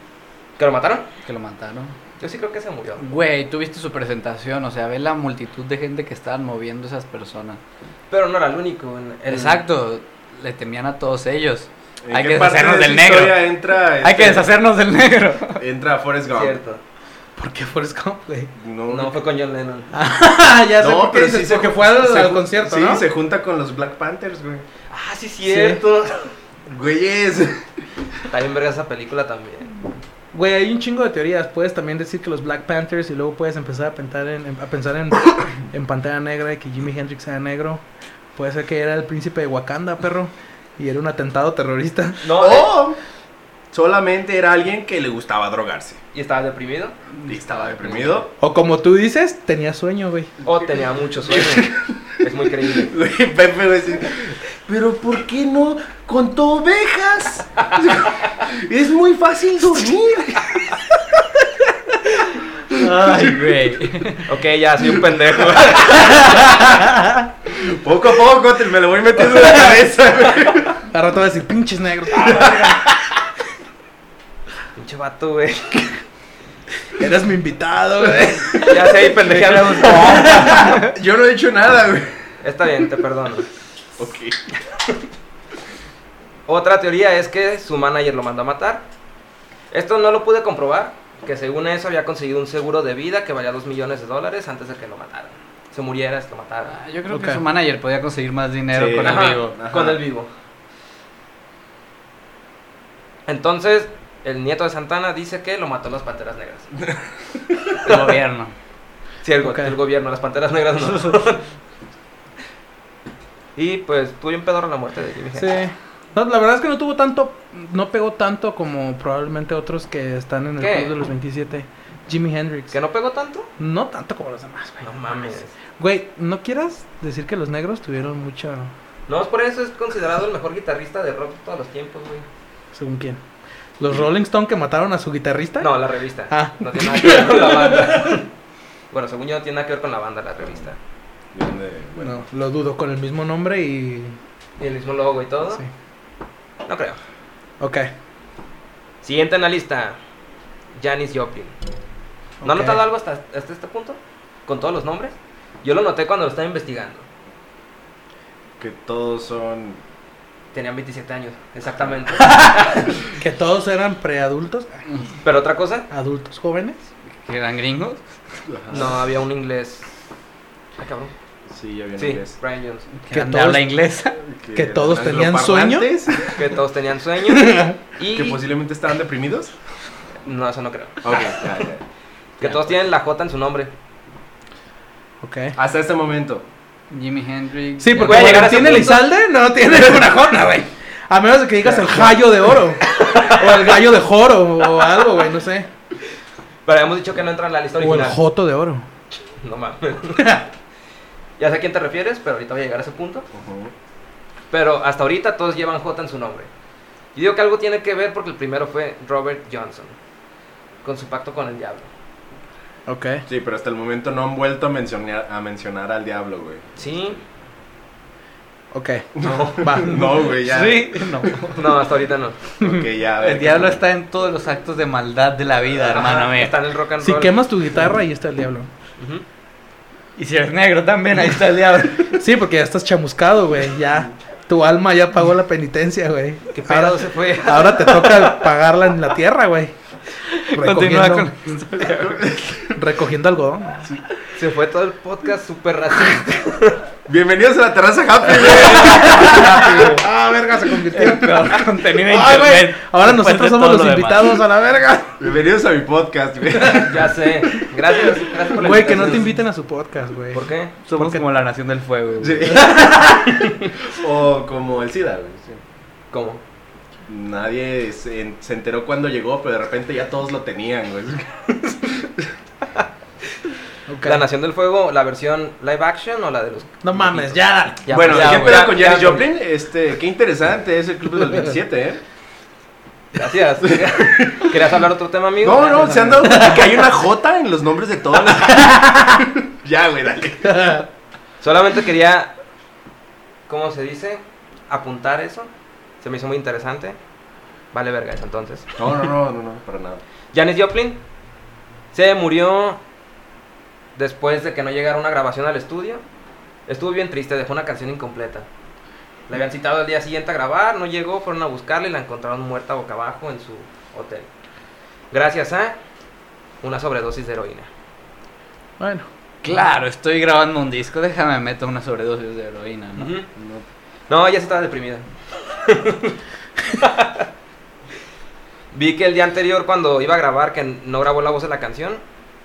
¿Que lo mataron?
Que lo mataron.
Yo sí creo que se murió.
Güey, tú viste su presentación, o sea, ve la multitud de gente que estaban moviendo esas personas.
Pero no era el único. en- en-
Exacto, le temían a todos ellos.
¿En
Hay
qué
que
parte
deshacernos
de esa
del negro.
historia Entra,
Hay
este,
que deshacernos del negro.
Entra Forrest Gump.
Cierto.
¿Por qué Forrest Gump, güey?
No,
No, fue con John Lennon.
Ah, ya sé por qué
pero
dices,
sí se-
porque fue al,
se
al
ju-
concierto,
sí,
¿no?
se junta con los Black Panthers, güey.
Ah, sí, cierto.
Güeyes.
Está bien verga esa película también.
Güey, hay un chingo de teorías. Puedes también decir que los Black Panthers y luego puedes empezar a pensar en, en- a pensar en, en Pantera Negra y que Jimi Hendrix sea negro. Puede ser que era el príncipe de Wakanda, perro. Y era un atentado terrorista.
No,
Oh.
eh,
O solamente era alguien que le gustaba drogarse.
y estaba deprimido.
Y estaba deprimido.
O como tú dices, tenía sueño, güey.
O tenía mucho sueño. es muy creíble.
Güey, Pepe va a decir, pero ¿por qué no contó ovejas? es muy fácil dormir.
Ay, güey.
Ok, ya, soy un pendejo.
Poco a poco te- me lo voy metiendo en la cabeza. güey.
A rato va a decir, pinches negros.
Pinche vato, güey.
Eres mi invitado, güey.
Ya sé, ahí pendejeando.
Yo no he hecho nada, güey.
Está bien, te perdono.
Ok.
Otra teoría es que su manager lo mandó a matar. Esto no lo pude comprobar, que según eso había conseguido un seguro de vida que valía 2 millones de dólares antes de que lo mataran. Se muriera, se lo mataran.
Ah, Yo creo
Ok.
que su manager podía conseguir más dinero
Sí.
con el
Ajá,
vivo.
ajá.
Con el vivo. Entonces, el nieto de Santana dice que lo mató las Panteras Negras.
El gobierno.
Sí, el, go-
Ok.
el gobierno, las Panteras Negras no. y pues, tuve un pedorro la muerte de Jimi
Sí.
Hendrix.
No, la verdad es que no tuvo tanto, no pegó tanto como probablemente otros que están en el
¿Qué?
club de los 27. Jimi Hendrix.
¿Que no pegó tanto?
No tanto como los demás, güey.
No mames.
Güey, no quieras decir que los negros tuvieron mucho.
No, es por eso es considerado el mejor guitarrista de rock de todos los tiempos, güey.
¿Según quién? ¿Los Rolling Stone que mataron a su guitarrista?
No, la revista.
Ah.
No tiene nada que ver con la banda. Bueno, según yo, no tiene nada que ver con la banda, la revista.
Bueno, lo dudo, con el mismo nombre y.
Y el mismo logo y todo.
Sí.
No creo.
Ok.
Siguiente analista, Janis Joplin. ¿No han
Ok.
notado algo hasta, hasta este punto? ¿Con todos los nombres? Yo lo noté cuando lo estaba investigando.
Que todos son
Tenían 27 años, exactamente.
Que todos eran preadultos,
Pero otra cosa,
adultos jóvenes.
¿Que eran gringos?
no había un inglés. Ah, cabrón.
Sí, ya había
Sí,
inglés.
Brian Jones.
¿Que
Que
eran de
todos-
habla inglesa?
Que todos
eran
tenían sueño.
angloparlantes,
Que todos tenían sueño. Y.
Que pues posiblemente estaban deprimidos.
No, eso no creo.
Ok, ya, ya.
Que todos tienen la J en su nombre.
Ok.
Hasta este momento.
Jimi Hendrix.
Sí,
Ya
porque
voy a llegar a
cuando
ese
tiene
punto.
Elizalde no tiene una jona, güey. A menos de que digas el gallo de oro. o el gallo de joro o algo, güey, no sé.
Pero habíamos dicho que no entra en la lista
O el
original.
joto de oro.
No mames. ya sé a quién te refieres, pero ahorita voy a llegar a ese punto. Pero hasta ahorita todos llevan J en su nombre. Y digo que algo tiene que ver porque el primero fue Robert Johnson. Con su pacto con el diablo.
Ok.
Sí, pero hasta el momento no han vuelto a mencionar, a mencionar al diablo, güey.
¿Sí?
Ok. Va.
No, güey, ya.
Sí, no.
No, hasta ahorita no.
Ok, ya, a ver,
El diablo
¿cómo?
está en todos los actos de maldad de la vida, hermano mío.
Está en el rock and
Si
roll.
quemas tu guitarra, ahí está el diablo.
Ujú.
Y si eres negro también, ahí está el diablo.
Sí, porque ya estás chamuscado, güey. Ya. Tu alma ya pagó la penitencia, güey.
¿Qué pedo
Ahora,
se fue?
ahora te toca pagarla en la tierra, güey.
Continúa
Recogiendo,
con...
recogiendo algodón.
Se fue todo el podcast súper racista.
Bienvenidos a la terraza Happy, güey.
Ah, verga, se convirtió.
El peor contenido de
Ay, güey.
internet.
Ahora
Después de
nosotros
todo
somos los
lo demás.
invitados a la verga.
Bienvenidos a mi podcast, güey.
ya sé. Gracias. Gracias por la
Güey, que no
invitación.
te inviten a su podcast, güey.
¿Por qué?
Somos
Porque-
como la nación del fuego. güey.
Sí. o como el SIDA, güey. sí.
¿Cómo?
Nadie se, en- se enteró cuando llegó, pero de repente ya todos lo tenían, güey.
Ok.
¿La Nación del Fuego, la versión live action o la de los.?
No mames, ya. dale.
Ya,
bueno,
ya,
¿qué
güey,
pedo
ya,
con
ya,
Jerry
güey.
Joplin? Este, qué interesante es el club del 27, ¿eh?
Gracias. ¿Querías hablar otro tema, amigo?
No, no, se han dado cuenta que hay una J en los nombres de todas las... ya, güey, dale.
Solamente quería, ¿cómo se dice? Apuntar eso. Se me hizo muy interesante. Vale verga eso entonces.
No, no, no, no, no, para nada.
Janis Joplin se murió después de que no llegara una grabación al estudio. Estuvo bien triste, dejó una canción incompleta. La habían citado al día siguiente a grabar, no llegó, fueron a buscarla y la encontraron muerta boca abajo en su hotel. Gracias a una sobredosis de heroína.
Bueno,
Claro, estoy grabando un disco, déjame meter una sobredosis de heroína, ¿no?
Ujú. No, ella sí estaba deprimida. Vi que el día anterior cuando iba a grabar, que no grabó la voz de la canción,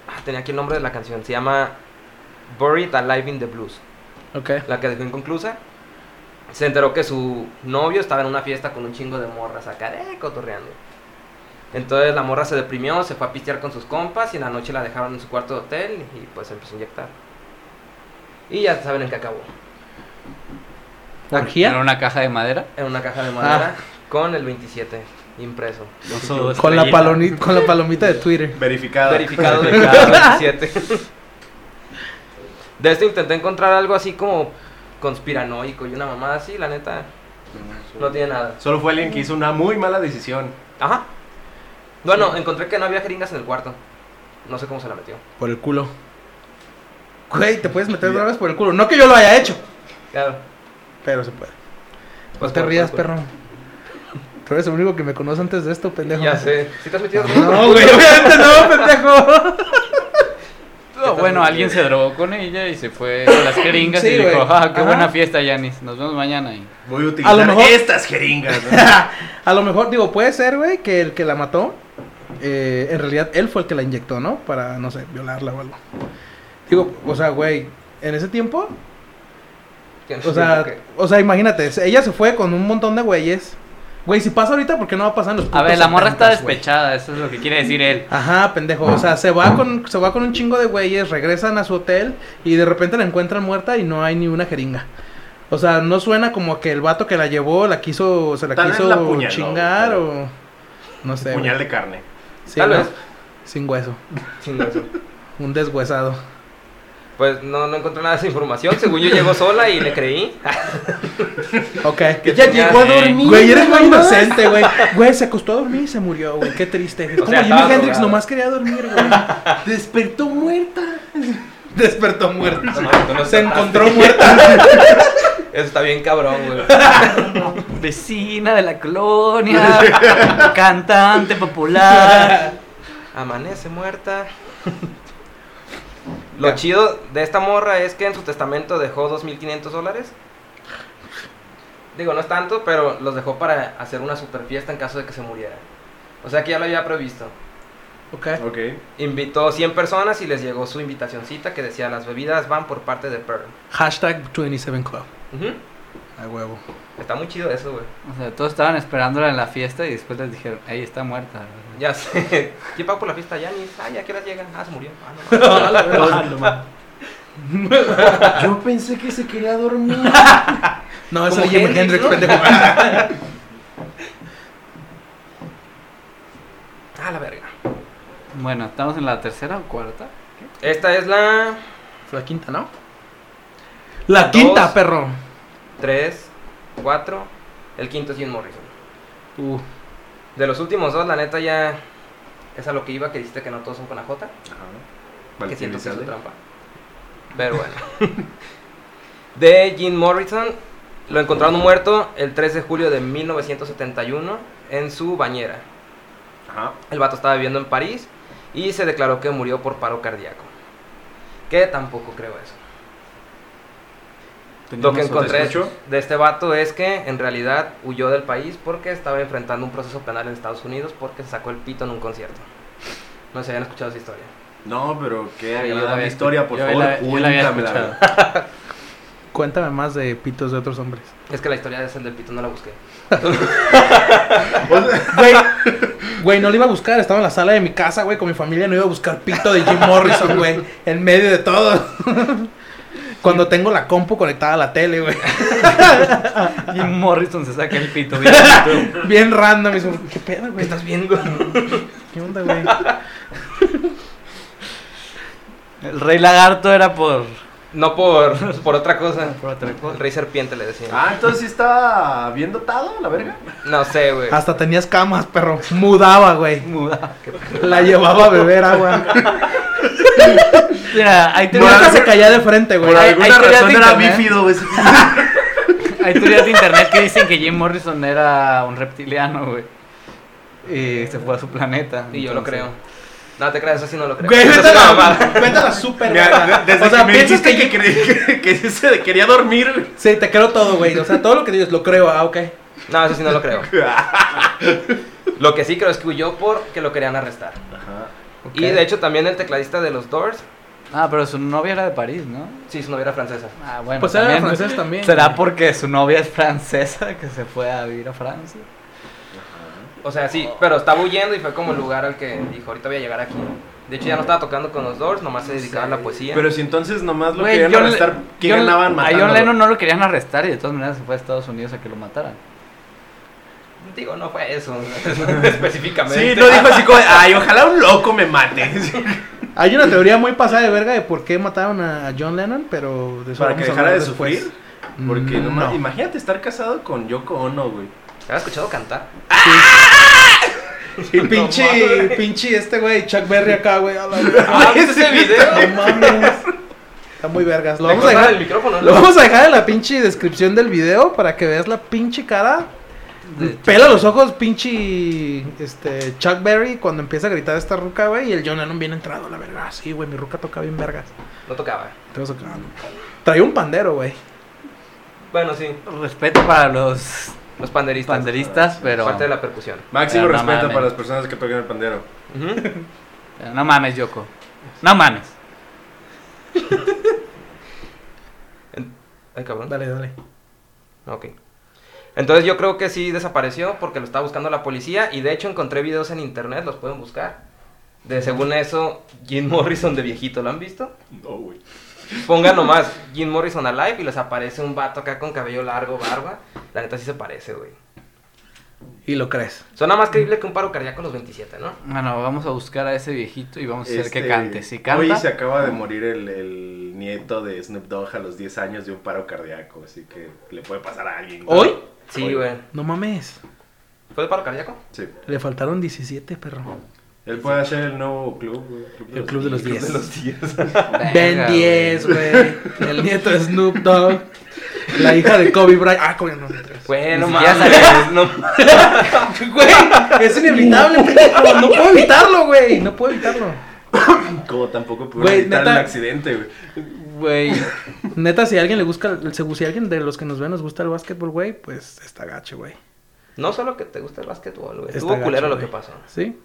ah, tenía aquí el nombre de la canción, se llama Buried Alive in the Blues,
ok.
la que dejó inconclusa. Se enteró que su novio estaba en una fiesta con un chingo de morras acá, eh, cotorreando. Entonces la morra se deprimió, se fue a pistear con sus compas y en la noche la dejaron en su cuarto de hotel y pues se empezó a inyectar. Y ya saben en qué acabó.
Era
¿Orgía?
una caja de madera.
en una caja de madera con el 27 impreso.
Con la,
Estrellita.
paloni- con la palomita de Twitter.
Verificado.
Verificado de cada 27. De esto intenté encontrar algo así como conspiranoico y una mamada así, la neta, no tiene nada.
Solo fue alguien que hizo una muy mala decisión.
Ajá. Bueno, encontré que no había jeringas en el cuarto. No sé cómo se la metió.
Por el culo. Güey, te puedes meter drogas por el culo. No que yo lo haya hecho,
Claro.
pero se puede.
Pues
no te
por-
rías,
por-
perro. Tú eres el único que me conoce antes de esto, pendejo.
Ya sé. ¿Sí te has metido?
No, güey, obviamente no, pendejo.
No, bueno, alguien se drogó con ella y se fue a las jeringas
Sí,
y dijo,
güey.
ah, qué
Ajá.
buena fiesta, Yanis. Nos vemos mañana. Y...
Voy a utilizar
A lo mejor-
estas jeringas. ¿no?
A lo mejor, digo, puede ser, güey, que el que la mató, eh, en realidad él fue el que la inyectó, ¿no? Para, no sé, violarla o algo. Digo, o sea, güey, en ese tiempo,
Tienes
o sea,
que-
o sea, imagínate, se- ella se fue con un montón de güeyes. Güey, si pasa ahorita, ¿por qué no va a pasar en los
A ver,
putos
la morra está
70s, güey?
despechada, eso es lo que quiere decir él.
Ajá, pendejo. O sea, se va con, se va con un chingo de güeyes, regresan a su hotel y de repente la encuentran muerta y no hay ni una jeringa. O sea, no suena como que el vato que la llevó la quiso, se la
Tal vez
quiso
la apuñaló,
chingar
pero-
o no sé. güey.
Puñal de carne.
Sí,
Tal
¿no?
vez.
Sin hueso,
Chingazo.
un deshuesado.
Pues no, no encontré nada de esa información. Según yo llegó sola y le creí.
Ok.
Que tenía-
llegó a dormir.
Güey, eres muy inocente, güey. Güey, se acostó a dormir y se murió, güey. Qué triste. Es
O
como
sea,
Jimi
estaba
Hendrix
drogado.
nomás quería dormir, güey.
Despertó muerta.
Despertó muerta.
No, no, tú no
Se
trataste.
encontró muerta.
Eso está bien cabrón, güey.
Vecina de la colonia, cantante popular.
Amanece muerta. Lo chido de esta morra es que en su testamento dejó 2.500 dólares. Digo, no es tanto, pero los dejó para hacer una super fiesta en caso de que se muriera. O sea que ya lo había previsto.
Ok.
Ok.
Invitó 100 personas y les llegó su invitacioncita que decía las bebidas van por parte de Pearl.
Hashtag 27 Club.
Ujú.
A huevo.
Está muy chido eso, güey.
O sea, todos estaban esperándola en la fiesta y después les dijeron, ahí está muerta.
Ya sé. ¿Quién pagó por la fiesta? Ya ni. Ah, ya que las llegan. Ah, se murió. Ah, no, no.
Ah,
Yo pensé que se quería dormir.
No, eso
Como
es Jimi
Hendrix,
Hendrix,
¿no?
pendejo.
Ah, la verga.
Bueno, ¿estamos en la tercera o cuarta?
Esta es la
Fue la quinta, ¿no? La
Dos.
quinta, perro.
3, 4. El quinto es Jim Morrison.
Uh,
De los últimos dos, la neta ya es a lo que iba que dijiste que no todos son con la J. Que siento que es su trampa. Pero bueno. de Jim Morrison. Lo encontraron muerto el 3 de julio de 1971 en su bañera.
Ajá.
El vato estaba viviendo en París y se declaró que murió por paro cardíaco. Que tampoco creo eso. Lo que encontré de este vato es que en realidad huyó del país porque estaba enfrentando un proceso penal en Estados Unidos porque se sacó el pito en un concierto. No se habían escuchado esa historia.
No, pero qué
Sí, yo la
agradable
había
historia, por
escu- yo
favor,
la- yo la había
cuéntamela.
escuchado.
güey.
cuéntame más de pitos de otros hombres.
Es que la historia de ese del pito no la busqué.
O sea,
Güey, güey, no lo iba a buscar. Estaba en la sala de mi casa, güey, con mi familia. No iba a buscar pito de Jim Morrison, güey. En medio de todo. Cuando tengo la compu conectada a la tele, güey.
Jim Morrison se saca el pito. bien.
Bien random. y dice, ¿Qué pedo,
¿Qué
güey?
estás viendo?
¿Qué onda, güey?
El rey lagarto era por,
No por, por otra cosa.
por otra
El
cosa.
rey serpiente le decía.
ah, entonces sí está bien dotado, la verga.
No sé, güey.
Hasta tenías camas, perro. Mudaba, güey.
Muda.
La llevaba a beber agua.
Mira, hay
Nunca
teorías,
se caía de frente, güey.
Por
Hay-
alguna
hay teorías
razón
de
era
internet.
bífido, güey.
hay teorías de internet que dicen que Jim Morrison era un reptiliano, güey. Y se fue a su planeta.
Y yo lo
entonces-
creo. No te creas, eso sí no lo creo.
Güey,
Eso es una mamada.
cuéntala, cuéntala súper,
Mira,
güey.
de- desde
O sea,
que me
piensas
dijiste
que...
que, creí que, que se quería dormir.
Sí, te creo todo, güey. O sea, todo lo que dices lo creo. Ah, ok.
No, eso sí no lo creo. Lo que sí creo es que huyó porque lo querían arrestar.
Ajá.
Y de hecho también el tecladista de los Doors,
Ah, pero su novia era de París, ¿no?
sí, su novia era francesa.
Ah, bueno.
Pues era
también-
francés también.
¿Será porque su novia es francesa que se fue a vivir a Francia?
O sea, sí, pero estaba huyendo y fue como el lugar al que dijo, ahorita voy a llegar aquí. De hecho ya no estaba tocando con los Doors, nomás se dedicaba a la poesía.
Pero si entonces nomás lo
Güey,
querían
John-
arrestar, ¿quién
John-
ganaban
A John
matándolo?
Lennon no lo querían arrestar y de todas maneras se fue a Estados Unidos a que lo mataran.
Digo, no fue eso, específicamente.
Sí, no dijo así como, ay, ojalá un loco me mate.
Hay una teoría muy pasada de verga de por qué mataron a John Lennon, pero de eso
Para que
vamos a
dejara
hablar
de
después.
sufrir. Porque no,
Mm,
ma- imagínate estar casado con Yoko Ono, güey.
¿Has escuchado cantar?
Y pinche, pinche este güey, Chuck Berry acá, güey. a la verga.
Ah, ¿viste ese video?
No mames. Está muy vergas. Lo
Le
vamos, a
cortaron el
dejar,
micrófono.
lo
¿no?
vamos a dejar en la pinche descripción del video para que veas la pinche cara. Pela los ojos, pinche este, Chuck Berry cuando empieza a gritar esta ruca, güey. Y el John Lennon bien entrado, la verga. Ah, Sí, güey, mi ruca toca bien vergas.
No tocaba.
Entonces, ah, no. Traía un pandero, güey.
Bueno, sí,
Respeto para los
los panderistas.
panderistas, pero.
Parte de la percusión.
Máximo
Pero no
respeto
mames.
para las personas que tocan el pandero.
Ujú.
pero eh, No mames, Yoko. No mames.
Ay, cabrón.
Dale, dale.
Ok. Entonces yo creo que sí desapareció porque lo estaba buscando la policía y de hecho encontré videos en internet, los pueden buscar. De según eso, Jim Morrison de viejito, ¿lo han visto?
No, güey.
Pongan nomás Jim Morrison Alive y les aparece un vato acá con cabello largo, barba. La neta sí se parece, güey.
Y lo crees.
Suena más creíble que un paro cardíaco a los 27, ¿no?
Bueno, vamos a buscar a ese viejito y vamos a hacer que
Este,
cante. Si canta,
Hoy se acaba de morir el, el nieto de Snoop Dogg a los 10 años de un paro cardíaco, así que le puede pasar a alguien. güey.
¿Hoy?
Sí,
Hoy.
güey.
No mames.
¿Fue de paro cardíaco?
Sí.
Le faltaron 17, perro.
Él puede hacer el nuevo club, güey.
El club de los
El club de los 10.
verga,
Ben
güey.
10, güey. El nieto de Snoop Dogg. La hija de Kobe Bryant. Ah, Kobe no. no, no.
Bueno,
Ni
mames.
siquiera
no-
Güey, es inevitable, pendejo. No puedo evitarlo, güey. No puedo evitarlo.
Como tampoco pudo
Güey,
evitar
neta.
un accidente, güey.
Güey,
Neta, si alguien le gusta, el- si alguien de los que nos ven nos gusta el básquetbol, güey, pues está gacho, güey.
No solo que te gusta el básquetbol, güey.
Está
Estuvo culero
gacho,
lo que
güey.
pasó.
¿Sí?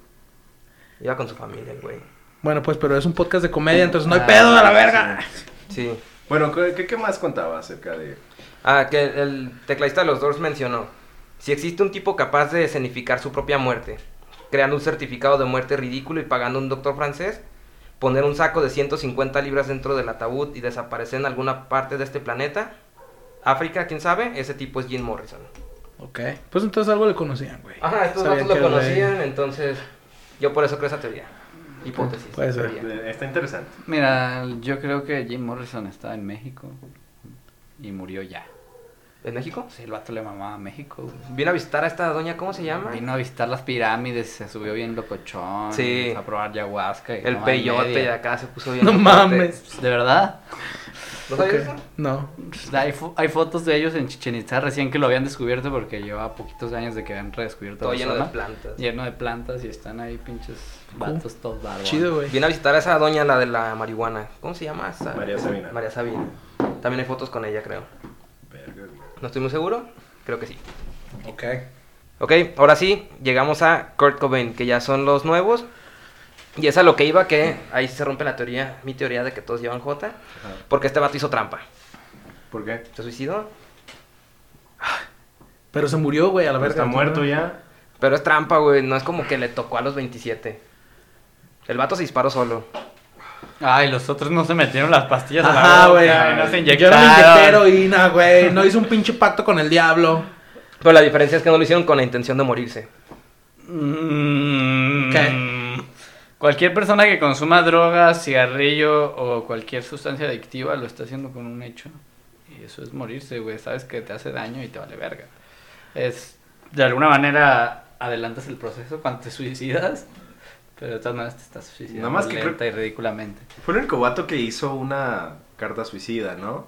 Iba con su familia, el güey.
Bueno, pues, pero es un podcast de comedia, entonces no hay
Ah,
pedo a la verga.
Sí.
Bueno, ¿qué, qué- qué más contaba acerca de...?
Ah, que el tecladista de los Doors mencionó. Si existe un tipo capaz de escenificar su propia muerte, creando un certificado de muerte ridículo y pagando a un doctor francés, poner un saco de 150 libras dentro del ataúd y desaparecer en alguna parte de este planeta, África, quién sabe, ese tipo es Jim Morrison.
Ok. Pues entonces algo le conocían, güey.
Ajá, estos
Sabían
datos lo
Ah, que era de-
conocían, entonces yo por eso creo esa teoría. Hipótesis.
Puede ser.
teoría.
de- Está interesante.
mira, yo creo que Jim Morrison estaba en México y murió ya.
¿En México?
Sí, el vato le mamaba a México. güey.
Vino a visitar a esta doña, ¿cómo se llama?
Vino a visitar las pirámides, se subió bien locochón.
Sí.
empezó A probar ayahuasca. y
El
no,
peyote
media.
y acá se puso bien.
No
fuerte.
mames.
De verdad. Pues,
¿No sabías
Ok.
eso?
No.
Hay, fo- hay fotos de ellos en Chichen Itza recién que lo habían descubierto porque lleva poquitos años de que habían redescubierto
Todo
la
lleno de
zona.
plantas.
Lleno Uh. de plantas y están ahí pinches vatos todos barbados.
Chido, güey.
Pues Viene a visitar a esa doña, la de la marihuana. ¿Cómo se llama? esa?
María Sabina.
María Sabina. También hay fotos con ella, creo.
Verga, güey.
No estoy muy seguro. Creo que sí.
Ok.
Ok, ahora sí, llegamos a Kurt Cobain, que ya son los nuevos. Y es a lo que iba, que ahí se rompe la teoría, mi teoría de que todos llevan J.
Ajá.
Porque este vato hizo trampa.
¿Por qué?
Se suicidó.
Pero se murió, güey, a la verga.
Está muerto ya.
Pero es trampa, güey. No es como que le tocó a los 27. El vato se disparó solo.
Ay, los otros no se metieron las pastillas a la
Ajá,
boca,
güey.
No
Yo
se
no
inyectaron.
me inyecté heroína, güey. No hice un pinche pacto con el diablo.
Pero la diferencia es que no lo hicieron con la intención de morirse.
Mm,
¿Qué?
Cualquier persona que consuma drogas, cigarrillo o cualquier sustancia adictiva lo está haciendo con un hecho. Y eso es morirse, güey. Sabes que te hace daño y te vale verga. Es, de alguna manera, adelantas el proceso cuando te suicidas. Pero de todas maneras te estás suicidando
Nada más que
lenta y ridículamente.
Fue el único vato que hizo una carta suicida, ¿no?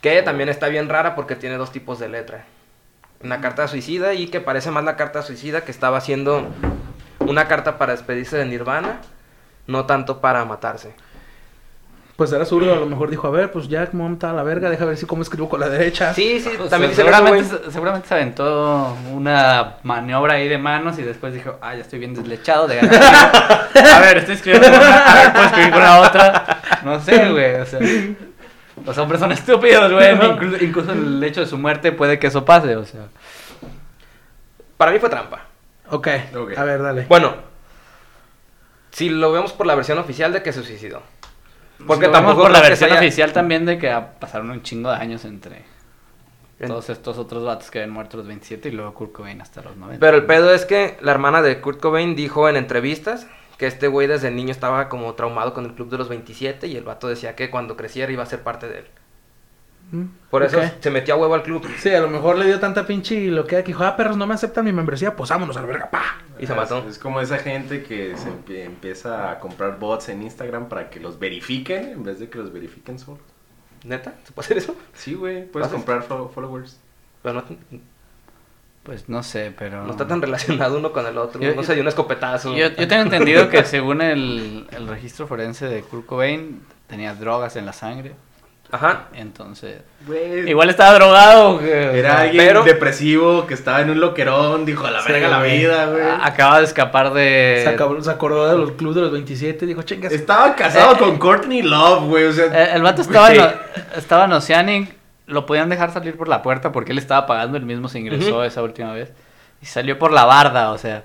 Que también está bien rara porque tiene dos tipos de letra. Una carta suicida y que parece más la carta suicida que estaba haciendo una carta para despedirse de Nirvana, no tanto para matarse.
Pues era zurdo, a lo mejor dijo, a ver, pues ya como está la verga, deja ver si cómo escribo con la derecha.
Sí, sí,
Ah, O sea,
también dice
seguramente,
seguramente...
se- seguramente se aventó una maniobra ahí de manos y después dijo, ah, ya estoy bien deslechado de A ver, estoy escribiendo con una, a ver, puedo escribir con la otra. No sé, güey, o sea, los hombres son estúpidos, güey, inclu- incluso en el hecho de su muerte puede que eso pase, o sea.
Para mí fue trampa.
Ok.
Ok.
A ver, dale.
Bueno, si lo vemos por la versión oficial de que se suicidó. Porque
Si lo vemos
tampoco
por la
creo que se
versión
haya-
oficial también de que ah, pasaron un chingo de años entre todos estos otros vatos que habían muerto a los 27 y luego Kurt Cobain hasta los 90.
Pero el pedo es que la hermana de Kurt Cobain dijo en entrevistas que este güey desde niño estaba como traumado con el club de los 27 y el vato decía que cuando creciera iba a ser parte de él.
Mm,
Por eso
ok.
se metió a huevo al club
Sí, a lo mejor le dio tanta pinche loquea que dijo, ah, perros, no me aceptan mi membresía, pues vámonos a la verga, pa.
y se mató.
Es, es como esa gente que se empie- empieza a comprar bots en Instagram para que los verifiquen en vez de que los verifiquen solo.
¿Neta? ¿Se puede hacer eso?
Sí, güey. Puedes
¿Haces?
comprar fo- followers.
Pero no,
Pues no sé, pero...
no
Ah.
está tan relacionado uno con el otro.
Yo-
no sé, dio un escopetazo.
Yo, yo tengo entendido que según el, el registro forense de Kurt Cobain, tenía drogas en la sangre.
Ajá.
Entonces,
Güey.
igual estaba drogado. eh, que-
Era alguien
pero-
depresivo que estaba en un loquerón, dijo a la
Sí,
verga la
güey.
vida, güey.
a- Acaba de escapar de.
Eh,
Se, acabó- se acordó del club de los 27 y dijo, chingas.
Estaba casado
Eh,
con Courtney Love, güey. O sea,
Eh, el vato estaba, en,
güey.
o- estaba en Oceanic. Lo podían dejar salir por la puerta porque él estaba pagando. Él mismo se ingresó
Ujú.
esa última vez. Y salió por la barda, o sea.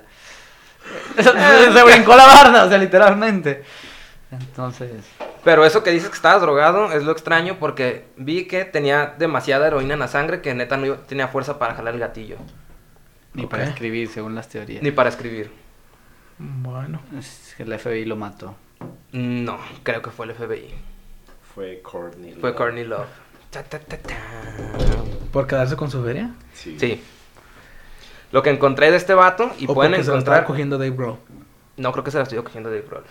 se, se brincó la barda, o sea, literalmente. Entonces.
Pero eso que dices que estabas drogado es lo extraño porque vi que tenía demasiada heroína en la sangre que neta no iba- tenía fuerza para jalar el gatillo.
Ni
Ok.
para escribir, según las teorías.
Ni para escribir.
Bueno.
Es que El FBI lo mató.
No, creo que fue el FBI.
Fue Courtney Love.
Fue Courtney Love. Ta, ta, ta, ta.
¿Por quedarse con su feria?
Sí.
Sí. Lo que encontré de este vato y
¿O
pueden
porque se la estaba
encontrar.
cogiendo Dave Bro.
No creo que se la estoy cogiendo Dave Grohl.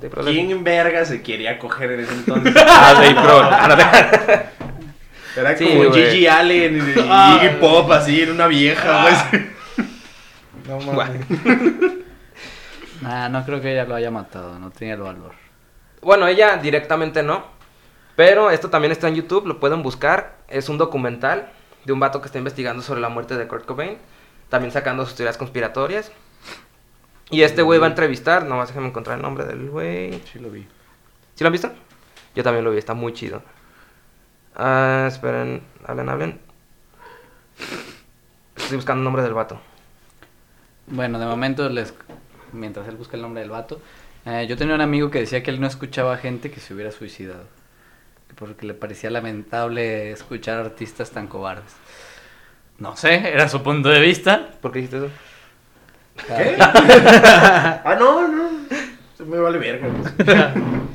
Dave Grohl es-
¿Quién en verga se quería coger en ese entonces?
Ah, Dave Grohl.
Era
Sí,
como
güey.
Gigi Allen y
Ah.
Iggy Pop así en una vieja, güey.
Ah.
No
Guau.
mames.
Nah, Ah, no creo que ella lo haya matado, no tenía el valor.
Bueno, ella directamente no. Pero esto también está en YouTube, lo pueden buscar. Es un documental de un vato que está investigando sobre la muerte de Kurt Cobain. También sacando sus teorías conspiratorias. Y este güey va a entrevistar, nomás déjame encontrar el nombre del güey.
Sí lo vi.
¿Sí lo han visto? Yo también lo vi, está muy chido. Ah, esperen, hablen, hablen. Estoy buscando el nombre del vato.
Bueno, de momento, les, mientras él busca el nombre del vato, eh, yo tenía un amigo que decía que él no escuchaba gente que se hubiera suicidado. Porque le parecía lamentable escuchar artistas tan cobardes. No sé, era su punto de vista.
¿Por qué hiciste eso?
¿Qué?
Ah, no, no. Se me vale verga.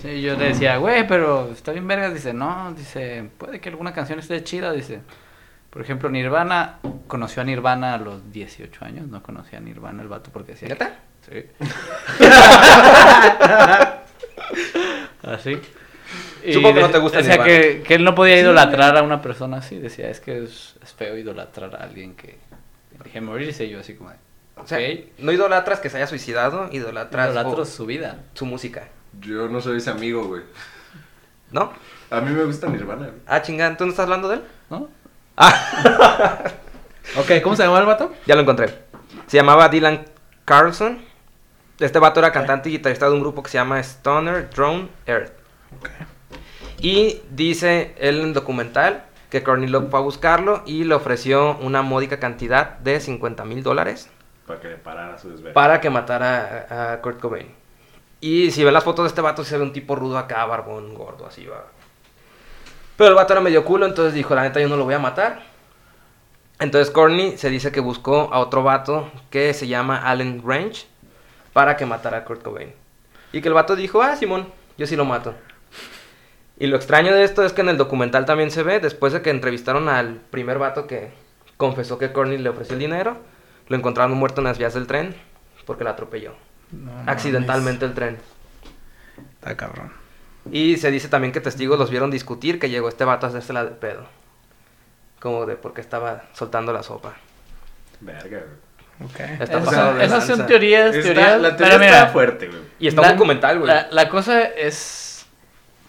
Sí, yo le decía, güey, pero está bien vergas. Dice, no, dice, puede que alguna canción esté chida. Dice, por ejemplo, Nirvana, conoció a Nirvana a los 18 años. No conocía a Nirvana el vato porque decía.
¿Neta?
Sí. así. ¿Ah, Y
Supongo que no
de-
te gusta
O sea,
Nirvana.
que, que él no podía idolatrar a una persona así. Decía, es que es, es feo idolatrar a alguien que. Dije morirse y yo, así como. de,
O sea,
ok,
no idolatras que se haya suicidado, idolatras
idolatro
oh,
su vida.
su música.
Yo no soy ese amigo, güey.
¿No?
A mí me gusta Nirvana, güey.
Ah, chingada, ¿tú no estás hablando de él?
¿No? Ah.
Ok, ¿cómo se llama el vato?
Ya lo encontré. Se llamaba Dylan Carlson. Este vato era cantante y guitarrista de un grupo que se llama Stoner Drone Earth. Y dice él en el documental que Courtney Love fue a buscarlo y le ofreció una módica cantidad de 50 mil dólares
Para que le parara su desvelo.
para que matara a, a Kurt Cobain. Y si ven las fotos de este vato, sí se ve un tipo rudo acá, barbón, gordo, así va. Pero el vato era medio culo, entonces dijo, la neta, yo no lo voy a matar. Entonces Corny se dice que buscó a otro vato que se llama Allen Range para que matara a Kurt Cobain. Y que el vato dijo, ah, Simón, yo sí lo mato. Y lo extraño de esto es que en el documental también se ve, después de que entrevistaron al primer vato que confesó que Corny le ofreció el dinero, lo encontraron muerto en las vías del tren porque lo atropelló. accidentalmente el tren.
Está cabrón.
Y se dice también que testigos los vieron discutir que llegó este vato a hacerse la de pedo. Como de porque estaba soltando la sopa.
Verga, güey.
Ok.
Está
Esas
pasado
son-
de
esas
lanza.
son teorías,
Está-
teorías.
la
pero
teoría está
mira,
fuerte, güey.
Y está
La-
un documental, güey.
La, la cosa es.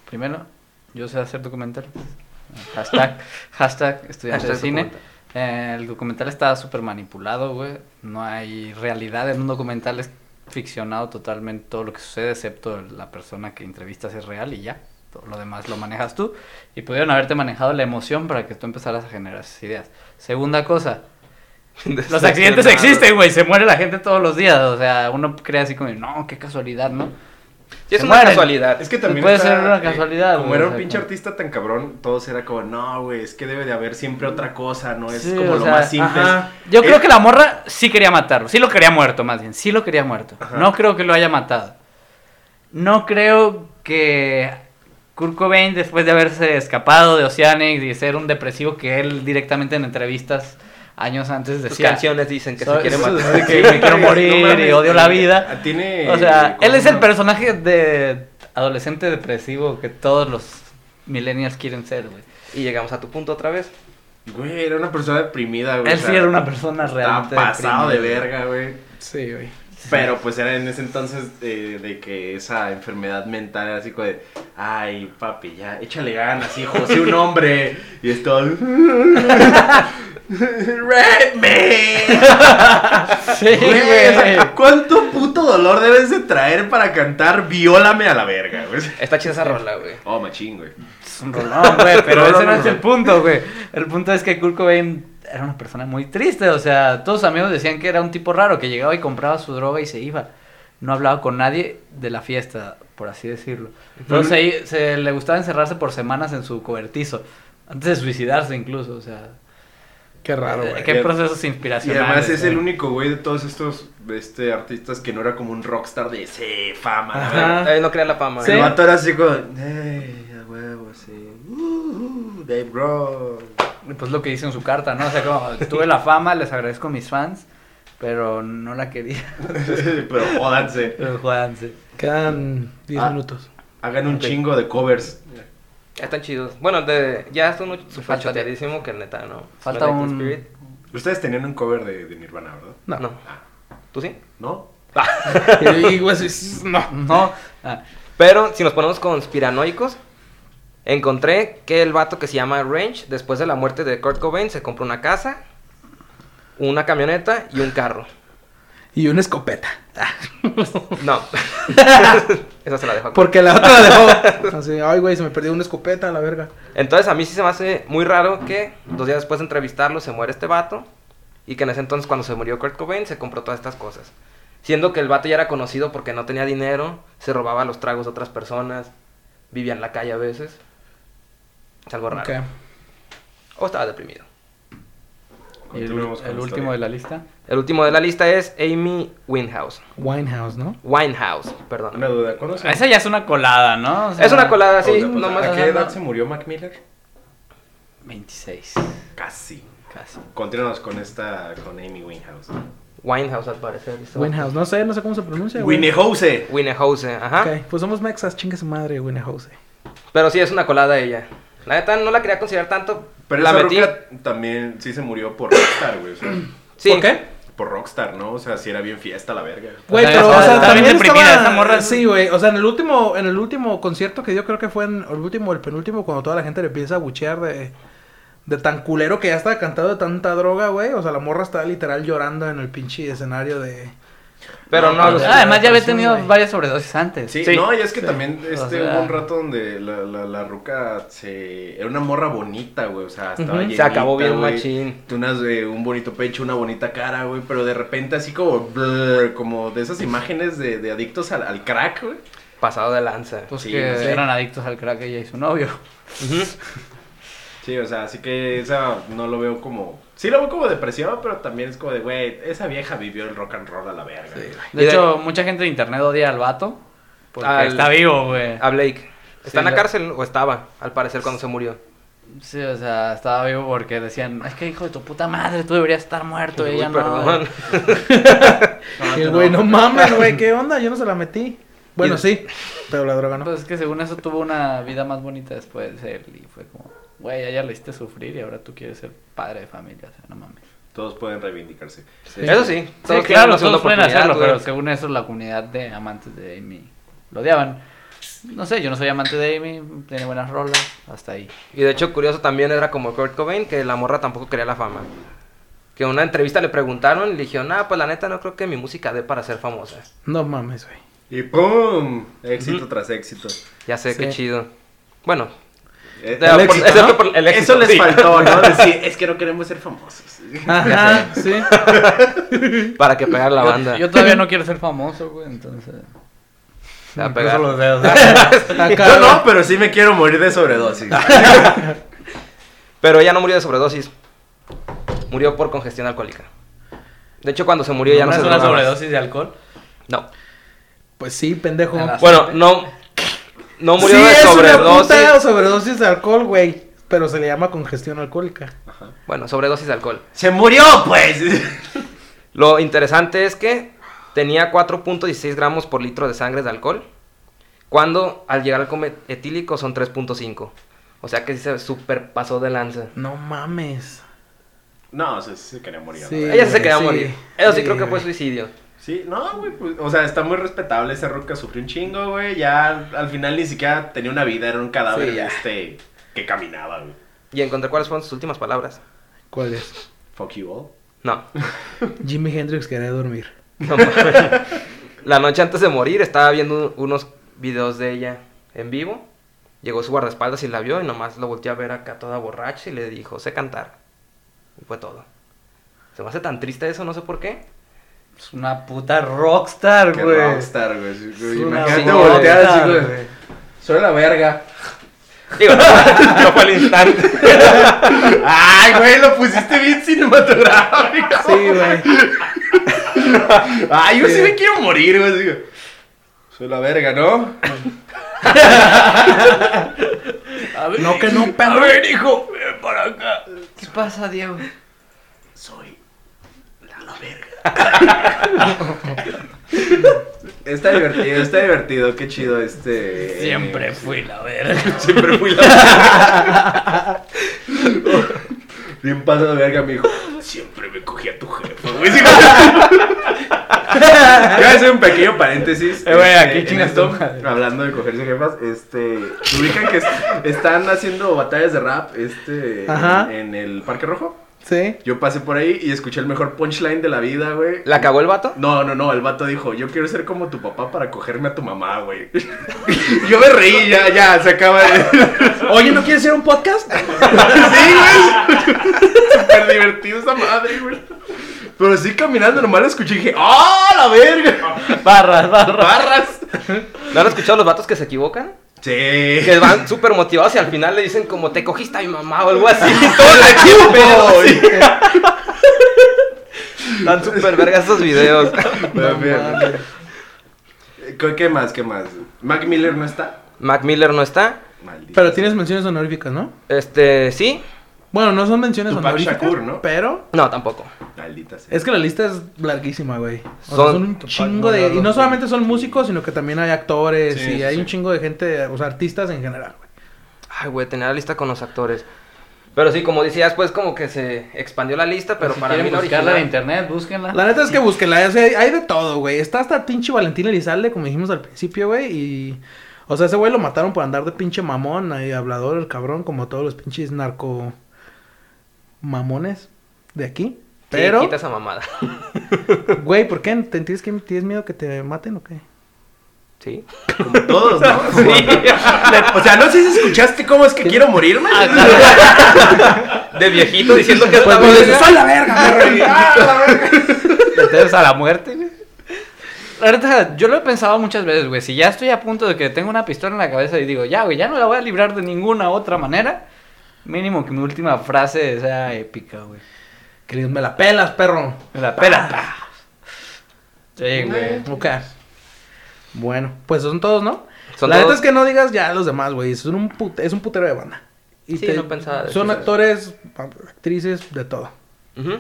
Primero, yo sé hacer documental. Hashtag, hashtag estudiante
Hashtag
de cine.
documental.
Eh, el documental está súper manipulado, güey. No hay realidad en un documental. Es ficcionado totalmente todo lo que sucede, excepto la persona que entrevistas es real y ya. Todo lo demás lo manejas tú. Y pudieron haberte manejado la emoción para que tú empezaras a generar esas ideas. Segunda cosa, los accidentes existen, güey. Se muere la gente todos los días. O sea, uno cree así como, no, qué casualidad, ¿no?
Sí, es
Se
una
mueren.
casualidad.
Es que también
Puede
está-
ser una
eh,
casualidad,
como
güey,
era
o
un
sea,
pinche
como-
artista tan cabrón, todos era como, no, güey, es que debe de haber siempre otra cosa, ¿no? Es
Sí,
como
o
lo
sea,
más simple.
ajá.
Yo
Eh,
creo que la morra sí quería matarlo. Sí lo quería muerto, más bien. Sí lo quería muerto.
Ajá.
No creo que lo haya matado. No creo que Kurt Cobain, después de haberse escapado de Oceanic y ser un depresivo que él directamente en entrevistas años antes
Sus
decía.
canciones dicen que
Soy-
se quiere
soy-
matar.
de que me quiero
No
morir
mames,
y odio la vida.
Tiene.
O sea, él es el
personaje
personaje de adolescente depresivo que todos los millennials quieren ser, güey.
Y llegamos a tu punto otra vez.
Güey, era una persona deprimida, güey.
Él
o
sí
sea,
era una persona
Estaba
realmente.
pasado de
deprimida.
verga, güey.
Sí, güey.
Pero pues era en ese entonces eh, de que esa enfermedad mental era así como de, ay, papi, ya, échale ganas, hijo, sé un hombre. Y es todo... Red Man.
Sí,
Güey, o
güey.
sea, ¿Cuánto puto dolor debes de traer para cantar Viólame a la verga, güey?
Está chida esa rola, güey.
Oh, machín, güey.
Es un rolón, güey, pero
No, no,
ese no
no,
es
no.
el punto, güey. El punto es que Kurt Cobain era una persona muy triste, o sea, todos sus amigos decían que era un tipo raro, que llegaba y compraba su droga y se iba. No hablaba con nadie de la fiesta, por así decirlo. Entonces ahí se le gustaba encerrarse por semanas en su cobertizo, antes de suicidarse incluso, o sea.
Qué raro,
eh,
güey.
Qué
Y-
procesos
Y
inspiracionales.
además es
eh.
el único güey de todos estos este, artistas que no era como un rockstar de se fama. la
Ajá.
verga.
Eh, no crea la fama.
El
eh.
vato era así como, "Ey, a huevo, sí. Uh, uh, Dave Grohl.
Pues lo que dice en su carta, ¿no? O sea, como tuve la fama, les agradezco a mis fans, pero no la quería.
Pero jódanse.
Pero jódanse.
Quedan 10
Ah.
minutos.
Hagan un chingo de covers.
Ya están chidos. Bueno, de, ya es uno súper
Falta de-
choteadísimo que neta, ¿no?
Falta
Smell Like Teen
un-
Spirit.
Ustedes tenían un cover de, de Nirvana, ¿verdad?
No.
No. ¿Tú sí? Ah.
¿No?
Y, güey, sí, sí, no.
No. Ah,
Pero si nos ponemos conspiranoicos, encontré que el vato que se llama Range, después de la muerte de Kurt Cobain, se compró una casa, una camioneta y un carro.
Y una escopeta.
No. Esa se la dejo. aquí.
Porque la otra la dejó. Así, ay, güey, se me perdió una escopeta a la verga.
Entonces a mí sí se me hace muy raro que dos días después de entrevistarlo se muere este vato y que en ese entonces cuando se murió Kurt Cobain se compró todas estas cosas. Siendo que el vato ya era conocido porque no tenía dinero, se robaba los tragos de otras personas, vivía en la calle a veces. Es algo raro.
Ok.
O estaba deprimido.
y el,
Continuemos con
el
la
último
historia.
de la lista.
El último de la lista es Amy Winehouse.
Winehouse, ¿no?
Winehouse, perdón.
Una duda, ¿cuándo se
Ah, Esa ya es una colada, ¿no? O sea,
Es una colada, sí.
O sea, pues,
nomás-
¿A qué edad se murió Mac Miller?
26.
Casi.
Casi.
Continuamos con esta, con Amy Winehouse.
Winehouse al parecer.
Winehouse, no sé, no sé cómo se pronuncia. güey.
Winehouse.
Winehouse, ajá.
Ok, pues somos mexas, chingue su madre, Winehouse.
Pero sí es una colada ella. La neta no la quería considerar tanto.
Pero
la
esa
metí.
ruca también sí se murió por Rockstar, güey. o sea,
Sí.
¿Por qué?
por Rockstar, ¿no? O sea, sí era bien fiesta la verga.
Güey,
O sea,
pero, o
estaba-
sea,
estaba
también
bien deprimida
estaba-
esa morra.
Sí, güey, o sea, en el último, en el último concierto que yo creo que fue en el último, el penúltimo, cuando toda la gente le empieza a buchear de, de tan culero que ya estaba cantado de tanta droga, güey. O sea, la morra estaba literal llorando en el pinche escenario de...
Pero no.
Ah,
los-
Ah, además ya había
Sí,
tenido
güey.
varias sobredosis antes.
Sí,
Sí.
no, y es que también este,
O sea-
hubo un rato donde la, la, la ruca se... Era una morra bonita, güey, o sea, estaba
Ujú. Se
Se
llenita,
acabó bien
güey.
machín.
Unas, eh, un bonito pecho, una bonita cara, güey, pero de repente así como... blur, como de esas imágenes de, de adictos al, al crack, güey.
Pasado de lanza.
Pues
Sí,
que
no sé.
eran adictos al crack ella y su novio.
Sí, o sea, así que esa no lo veo como... Sí lo veo como depresiva, pero también es como de, güey, esa vieja vivió el rock and roll a la verga. güey.
Y
De
de-
hecho, mucha gente de internet odia al vato. Porque
Al-
está vivo, güey.
A Blake. ¿Está
Sí,
en la
la-
cárcel o estaba? Al parecer cuando se murió.
Sí, o sea, estaba vivo porque decían, es que hijo de tu puta madre, tú deberías estar muerto. y
Uy,
ella no.
perdón.
Y el güey, no mames, güey, ¿qué onda? Yo no se la metí. Bueno,
Y-
sí, pero la droga no.
Pues es que según eso tuvo una vida más bonita después él y fue como, güey, ya, ya le hiciste sufrir y ahora tú quieres ser padre de familia, o sea, no mames.
Todos pueden reivindicarse.
Eso sí.
Sí,
todos tienen
claro,
una segunda
todos pueden
oportunidad,
hacerlo,
güey.
pero según eso la comunidad de amantes de Amy lo odiaban. No sé, yo no soy amante de Amy, tiene buenas rolas, hasta ahí.
Y de hecho, curioso también era como Kurt Cobain, que la morra tampoco quería la fama. Que en una entrevista le preguntaron y le dijeron, ah, pues la neta no creo que mi música dé para ser famosa.
No mames, güey.
Y ¡pum! Éxito tras éxito.
Ya sé, qué
Sí.
chido. Bueno,
Eh,
Te da por-
éxito,
excepto
¿no?
por el éxito,
Eso les
sí.
faltó, ¿no? Decir, es que no queremos ser famosos.
Ajá, sí.
para que pegar la
Yo-
banda.
Yo, todavía no quiero ser famoso, güey, entonces...
Se va a pegar. Ah,
Acá,
Yo no, pero sí me quiero morir de sobredosis.
Pero ella no murió de sobredosis. Murió por congestión alcohólica. De hecho, cuando se murió ya no
¿No
se
es una
drogaba.
sobredosis de alcohol?
No.
Pues sí, pendejo.
En la-
Bueno, no. No murió
sí,
de
es una
sobredosis.
puta sobredosis de alcohol, güey. Pero se le llama congestión alcohólica.
Bueno, sobredosis de alcohol.
¡Se murió, pues!
Lo interesante es que tenía 4.16 gramos por litro de sangre de alcohol, cuando al llegar al come- etílico son 3.5. O sea que sí se superpasó de lanza.
No mames.
No, o sea, sí se quería morir.
Sí.
¿no?
Ella sí se
güey,
quería
sí.
morir. Eso sí,
Sí,
creo que fue
güey.
suicidio.
Sí, no, güey, pues, o sea, está muy respetable. Esa ruca sufrió un chingo, güey. Ya al final ni siquiera tenía una vida, era un cadáver
Sí, ya.
este que caminaba, güey.
Y encontré cuáles fueron sus últimas palabras.
¿Cuál es?
Fuck you all.
No.
Jimi Hendrix quería dormir.
no mames. La noche antes de morir estaba viendo unos videos de ella en vivo. Llegó su guardaespaldas y la vio y nomás lo volteó a ver acá toda borracha y le dijo, sé cantar. Y fue todo. Se me hace tan triste eso, no sé por qué.
Es una puta rockstar,
Qué
güey.
rockstar, güey. sí, güey. Imagínate
rockstar,
voltear así, Ah, güey. Soy la verga.
Digo, no, fue al instante.
Ay, güey, lo pusiste bien cinematográfico.
Sí, güey.
Ay, yo sí me quiero morir, güey. así, güey. Soy la verga, ¿no?
No que no, perro.
ver, hijo, ven para acá.
¿Qué pasa, Diego?
Soy la, verga. Está divertido, está divertido, qué chido este.
Siempre
eh,
fui la verga.
Siempre fui la. Bien paso de verga, mijo. Siempre me cogí a tu jefa, güey. Sí, Yo voy a hacer un pequeño paréntesis.
Eh, güey,
este,
aquí
en
chingas
esto,
tu madre.
Hablando de cogerse jefas, este. Ubican que es- están haciendo batallas de rap este, en-
Ajá.
en el Parque Rojo.
Sí.
Yo pasé por ahí y escuché el mejor punchline de la vida, güey.
¿La cagó el vato?
No, no, no, el vato dijo, yo quiero ser como tu papá para cogerme a tu mamá, güey. yo me reí, ya, ya, se acaba de...
Oye, ¿no quieres hacer un podcast?
Súper divertido esa madre, güey. Pero sí caminando, nomás lo escuché y dije, ¡ah, la verga!
Barras, barras.
¡Barras!
¿No han escuchado los vatos que se equivocan?
Sí.
Que van súper motivados y al final le dicen como te cogiste a mi mamá o algo así.
todo la equipo, güey.
Están súper vergas esos videos.
Pero, mira, ¿Qué qué más, qué más? ¿Mac Miller no está?
Mac Miller no está.
Maldito.
Pero tienes menciones honoríficas, ¿no?
Este, sí.
Bueno, no son menciones
Tupac
honoríficas,
Shakur, ¿no?
pero
No, tampoco.
Maldita sea.
es que la lista es larguísima, güey.
Son-
O sea, son un
Tupac,
chingo de... Y no
Molotov.
solamente son músicos, sino que también hay actores
Sí,
y
sí,
hay
sí.
un chingo de gente, o sea, artistas en general, güey.
Ay, güey, tenía la lista con los actores. Pero sí, como decías, pues como que se expandió la lista, pero
si
para mí
quieren
la
buscarla
original-
en internet,
Ah,
búsquenla.
La neta es que búsquenla, o sea, hay de todo, güey. Está hasta pinche Valentín Elizalde, como dijimos al principio, güey, y... O sea, ese güey lo mataron por andar de pinche mamón y hablador, el cabrón, como todos los pinches narco... mamones de aquí.
Sí,
Pero,
quita esa mamada.
güey, ¿por qué? ¿Te- ¿Tienes, que, ¿Tienes miedo que te maten o qué?
Sí.
Como todos, ¿no? O sea, no sé si escuchaste cómo es que quiero morirme.
De viejito diciendo que es la
Pues,
verga.
soy la verga, perro.
Entonces a la muerte, güey. La neta, yo lo he pensado muchas veces, güey. Si ya estoy a punto de que tengo una pistola en la cabeza y digo, ya, güey, ya no la voy a librar de ninguna otra manera, mínimo que mi última frase sea épica, güey.
Que le digas, me la pelas, perro.
Me la pela. pa. Sí, güey.
Ok. Bueno, pues son todos, ¿no?
Son
la neta
todos.
es que no digas ya los demás, güey. Son un put- Es un putero de banda.
Sí, no pensaba decir
Son
eso.
actores, actrices, de todo.
Ujú.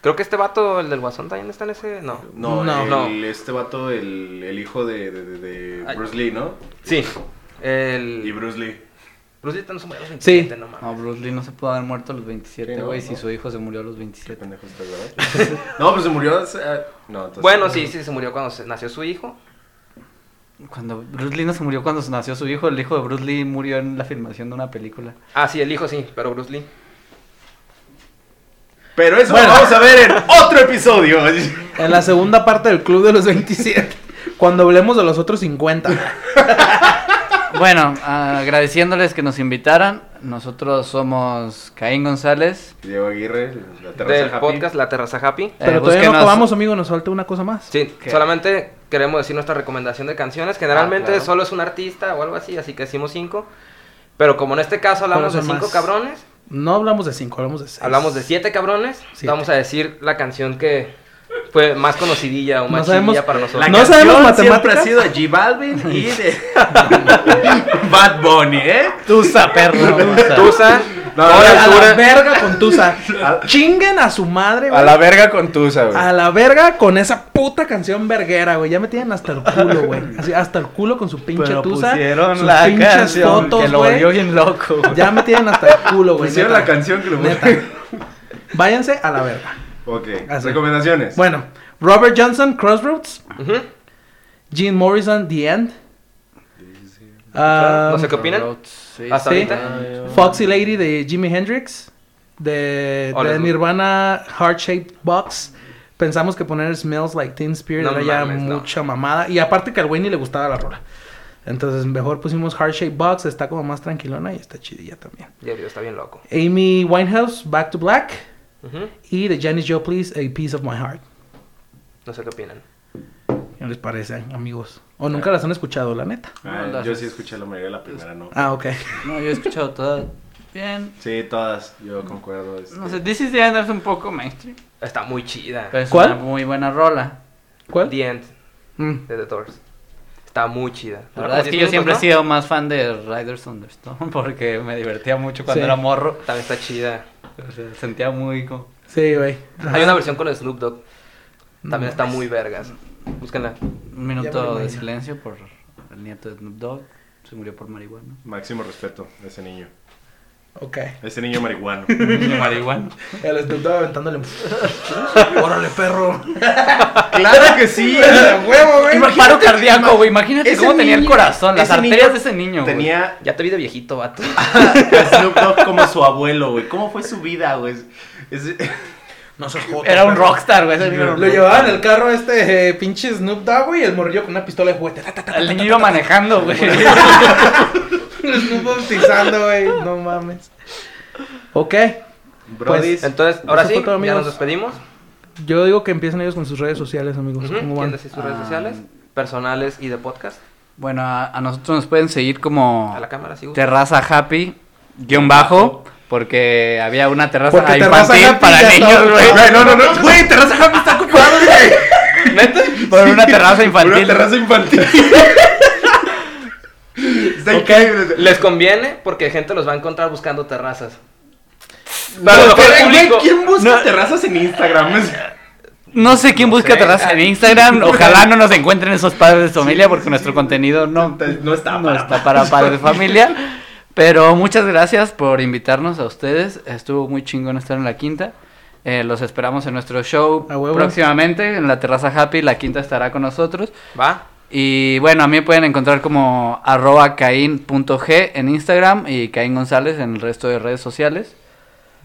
Creo que este vato, el del Guasón, también está en ese. No.
No,
No.
el-
No.
este vato, el, el hijo de, de- de- de
Ay.
Bruce Lee, ¿no?
Sí.
Y
El.
Bruce Lee.
Bruce Lee está en su mayor no mames.
No, Bruce Lee no se pudo haber muerto a los 27,
Sí, no,
güey, si
no.
su hijo se murió a los
Qué
27.
pendejo estás, ¿verdad? no, pero se murió. hace- ah, no, entonces-
Bueno, sí, sí, se murió cuando se- nació su hijo.
Cuando Bruce Lee no se murió cuando nació su hijo, el hijo de Bruce Lee murió en la filmación de una película.
Ah, sí, el hijo sí, pero Bruce Lee.
Pero eso
Bueno.
lo vamos a ver en otro episodio.
En la segunda parte del Club de los 27. Cuando hablemos de los otros 50.
Eh, Bueno, agradeciéndoles que nos invitaran. Nosotros somos Caín González.
Diego Aguirre, la terraza
Del
happy.
podcast La Terraza Happy.
Pero
Eh,
todavía no
búsquenos-
acabamos, amigo. Nos falta una cosa más.
Sí,
¿Qué?
solamente queremos decir nuestra recomendación de canciones. Generalmente
Ah, claro.
solo es un artista o algo así, así que decimos cinco. Pero como en este caso hablamos de
Pero son
cinco
más.
cabrones,
No hablamos de 5, hablamos de 6.
hablamos de siete cabrones,
Siete.
vamos a decir la canción que fue más conocidilla o
No
más
sabemos-
chidilla para
La
nosotros.
No
canción
sabemos
siempre
matemáticas.
ha sido de G Balvin y de Bad Bunny, ¿eh?
Tusa, perro.
Tusa,
No,
Hora
A la
Oscura.
verga con Tusa. Chinguen a su madre, güey.
verga con Tusa, güey.
A la verga con esa puta canción verguera, güey. Ya me tienen hasta el culo, güey. Así, hasta el culo con su pinche
Pero
tusa.
pusieron
sus
la
pinches
canción que
fotos,
lo
güey.
volvió bien loco. güey.
Ya me tienen hasta el culo, güey.
Pusieron
neta.
Pues la canción que lo
Neta. Váyanse a la verga.
Ok,
Así.
recomendaciones.
Bueno, Robert Johnson, Crossroads.
Ujú.
Gene Morrison, The End. Ah,
No sé qué opinan.
Sí,
Hasta
sí.
ahorita.
Foxy Lady de Jimi Hendrix. De,
Hola,
de
Lu.
Nirvana, Heart Shaped Box. Pensamos que poner Smells Like Teen Spirit
No
era ya
mames, no.
mucha mamada. Y aparte que al güey ni le gustaba la rola. Entonces mejor pusimos Heart Shaped Box. Está como más tranquilona y está chidilla también.
Ya, digo, está bien loco.
Amy Winehouse, Back to Black.
Ujú.
Y de Janis Joplin, A Piece of My Heart.
No sé qué opinan.
¿Qué les parece, amigos? O
Eh.
nunca las han escuchado, la neta.
Ah, yo sí escuché la mayoría, la primera no.
Ah, ok.
No, yo he escuchado todas bien.
Sí, todas, yo concuerdo. este.
No sé, This is the End es un poco mainstream.
Está muy chida.
Pero es
¿Cuál?
una muy buena rola.
¿Cuál?
The End
Mm.
de The Doors. Está muy chida.
La verdad Ah, es que yo
Minutos,
siempre he
¿no?
sido más fan de Riders on the Storm porque me divertía mucho cuando
Sí.
era morro.
También está chida.
O sea, sentía muy como...
Sí, güey.
Hay una versión con Snoop Dogg.
No
También está muy vergas. Búsquenla.
Ya
Un
me lo
minuto de
imagino.
silencio por el nieto de Snoop Dogg. Se murió por marihuana.
Máximo respeto a ese niño.
Ok.
A ese niño marihuano.
marihuana.
El Snoop Dogg aventándole. Órale, perro.
¡Claro que sí!
huevo, güey.
Paro cardíaco, güey. Imagínate
Ese
cómo tenía el
niño-
corazón, las
ese
arterias
niño
de ese niño. güey.
Tenía
Ya te vi de viejito, vato.
a Snoop Dogg como su abuelo, güey. ¿Cómo fue su vida, güey? Ese-
No seas joto,
Era un
perro.
rockstar, güey. ese niño era un
Lo llevaba en el carro este eh, pinche Snoop Dogg, güey, y el morrillo con una pistola de juguete.
rockstar. El niño iba manejando, güey.
Snoop bautizando, güey. No mames. Ok.
Brody,
Entonces, ahora
Eso
sí,
fue todo,
ya
amigos.
nos despedimos.
Yo digo que empiecen ellos con sus redes sociales, amigos.
Ujú.
¿Cómo
¿Quieren
van?
decir sus redes
Ah.
sociales? Personales y de podcast.
Bueno, a, a nosotros nos pueden seguir como
A la cámara, sí. gustan.
Terraza Happy, guión bajo, porque había una terraza
Porque
infantil
Terraza Happy ya
para niños,
estaba-
güey.
Güey, no, no, no. Güey, Terraza Happy está ocupado, güey.
Por una terraza infantil.
Una terraza infantil. Está increíble.
Les conviene porque gente los va a encontrar buscando terrazas.
Pero,
Para lo mejor
güey,
público.
¿Quién busca terrazas en Instagram? Es-
No sé quién busca
sé.
terraza en Instagram. Ojalá no nos encuentren esos padres de familia porque nuestro contenido no,
No está
no
para-
está para padres de familia. Pero muchas gracias por invitarnos a ustedes. Estuvo muy chingón estar en la quinta. Eh, los esperamos en nuestro show
A huevo.
próximamente en la terraza Happy. La quinta estará con nosotros.
¿Va?
Y bueno, a mí me pueden encontrar como arroba caín.g en Instagram y Caín González en el resto de redes sociales.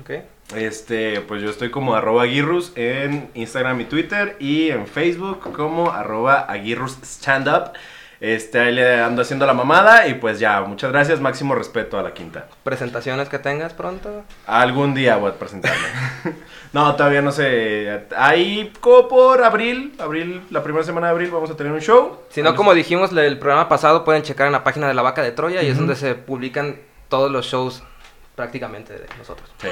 Ok.
Este, pues yo estoy como arroba aguirrus en Instagram y Twitter y en Facebook como arroba aguirrus standup. Este, ahí le ando haciendo la mamada y pues ya, muchas gracias, máximo respeto a la quinta.
Presentaciones que tengas pronto.
Algún día voy a presentarme. no, todavía no sé. Ahí como por abril, abril, la primera semana de abril vamos a tener un show.
Si no, como dijimos le- el programa pasado, pueden checar en la página de la vaca de Troya y es donde se publican todos los shows prácticamente de nosotros.
Sí.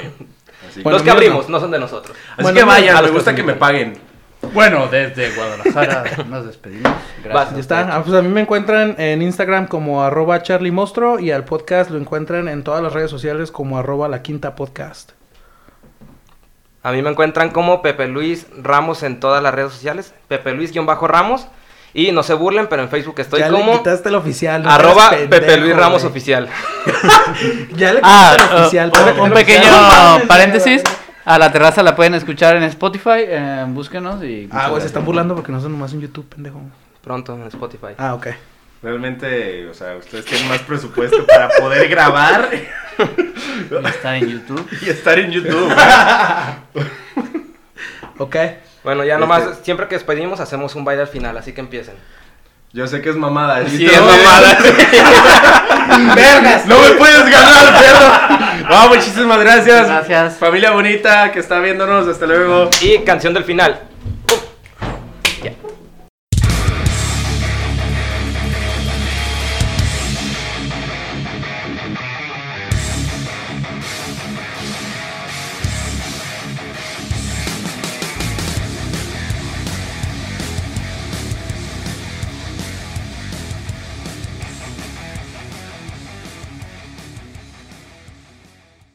Así,
Bueno,
los que
míos
abrimos no. son de nosotros.
así
bueno,
que vayan,
a
me
los
gusta que me
consumidores.
paguen.
Bueno, desde Guadalajara nos despedimos. Gracias.
Vas,
Ya está. Ah, pues a mí me encuentran en Instagram como arroba charlimostro y al podcast lo encuentran en todas las redes sociales como arroba la quinta podcast.
A mí me encuentran como Pepe Luis Ramos en todas las redes sociales. Pepe Luis-Ramos. Y no se burlen, pero en Facebook estoy
ya le
como
quitaste el oficial. no
arroba
seas pendejo,
Pepe Luis Ramos
güey.
oficial.
Ya le quitaste
Ah,
el
uh,
oficial.
un-
Pepe
un,
Luis
pequeño
Ramos. No mames,
paréntesis.
güey.
A la terraza la pueden escuchar en Spotify. eh, búsquenos y.
Ah, güey, se están
muchas
burlando porque no son nomás en YouTube, pendejo.
Pronto en Spotify.
Ah, ok.
Realmente, o sea, ustedes tienen más presupuesto para poder grabar
gracias. Y Están en YouTube.
y estar en YouTube.
Ok.
Bueno, ya
Este-
nomás, siempre que despedimos hacemos un baile al final, así que empiecen.
Yo sé que es mamada.
Sí,
¿viste?
es
¡Vergas! ¡No me puedes ganar, perro! No, muchísimas gracias.
Gracias.
Familia bonita que está viéndonos. Hasta luego.
Y canción del final.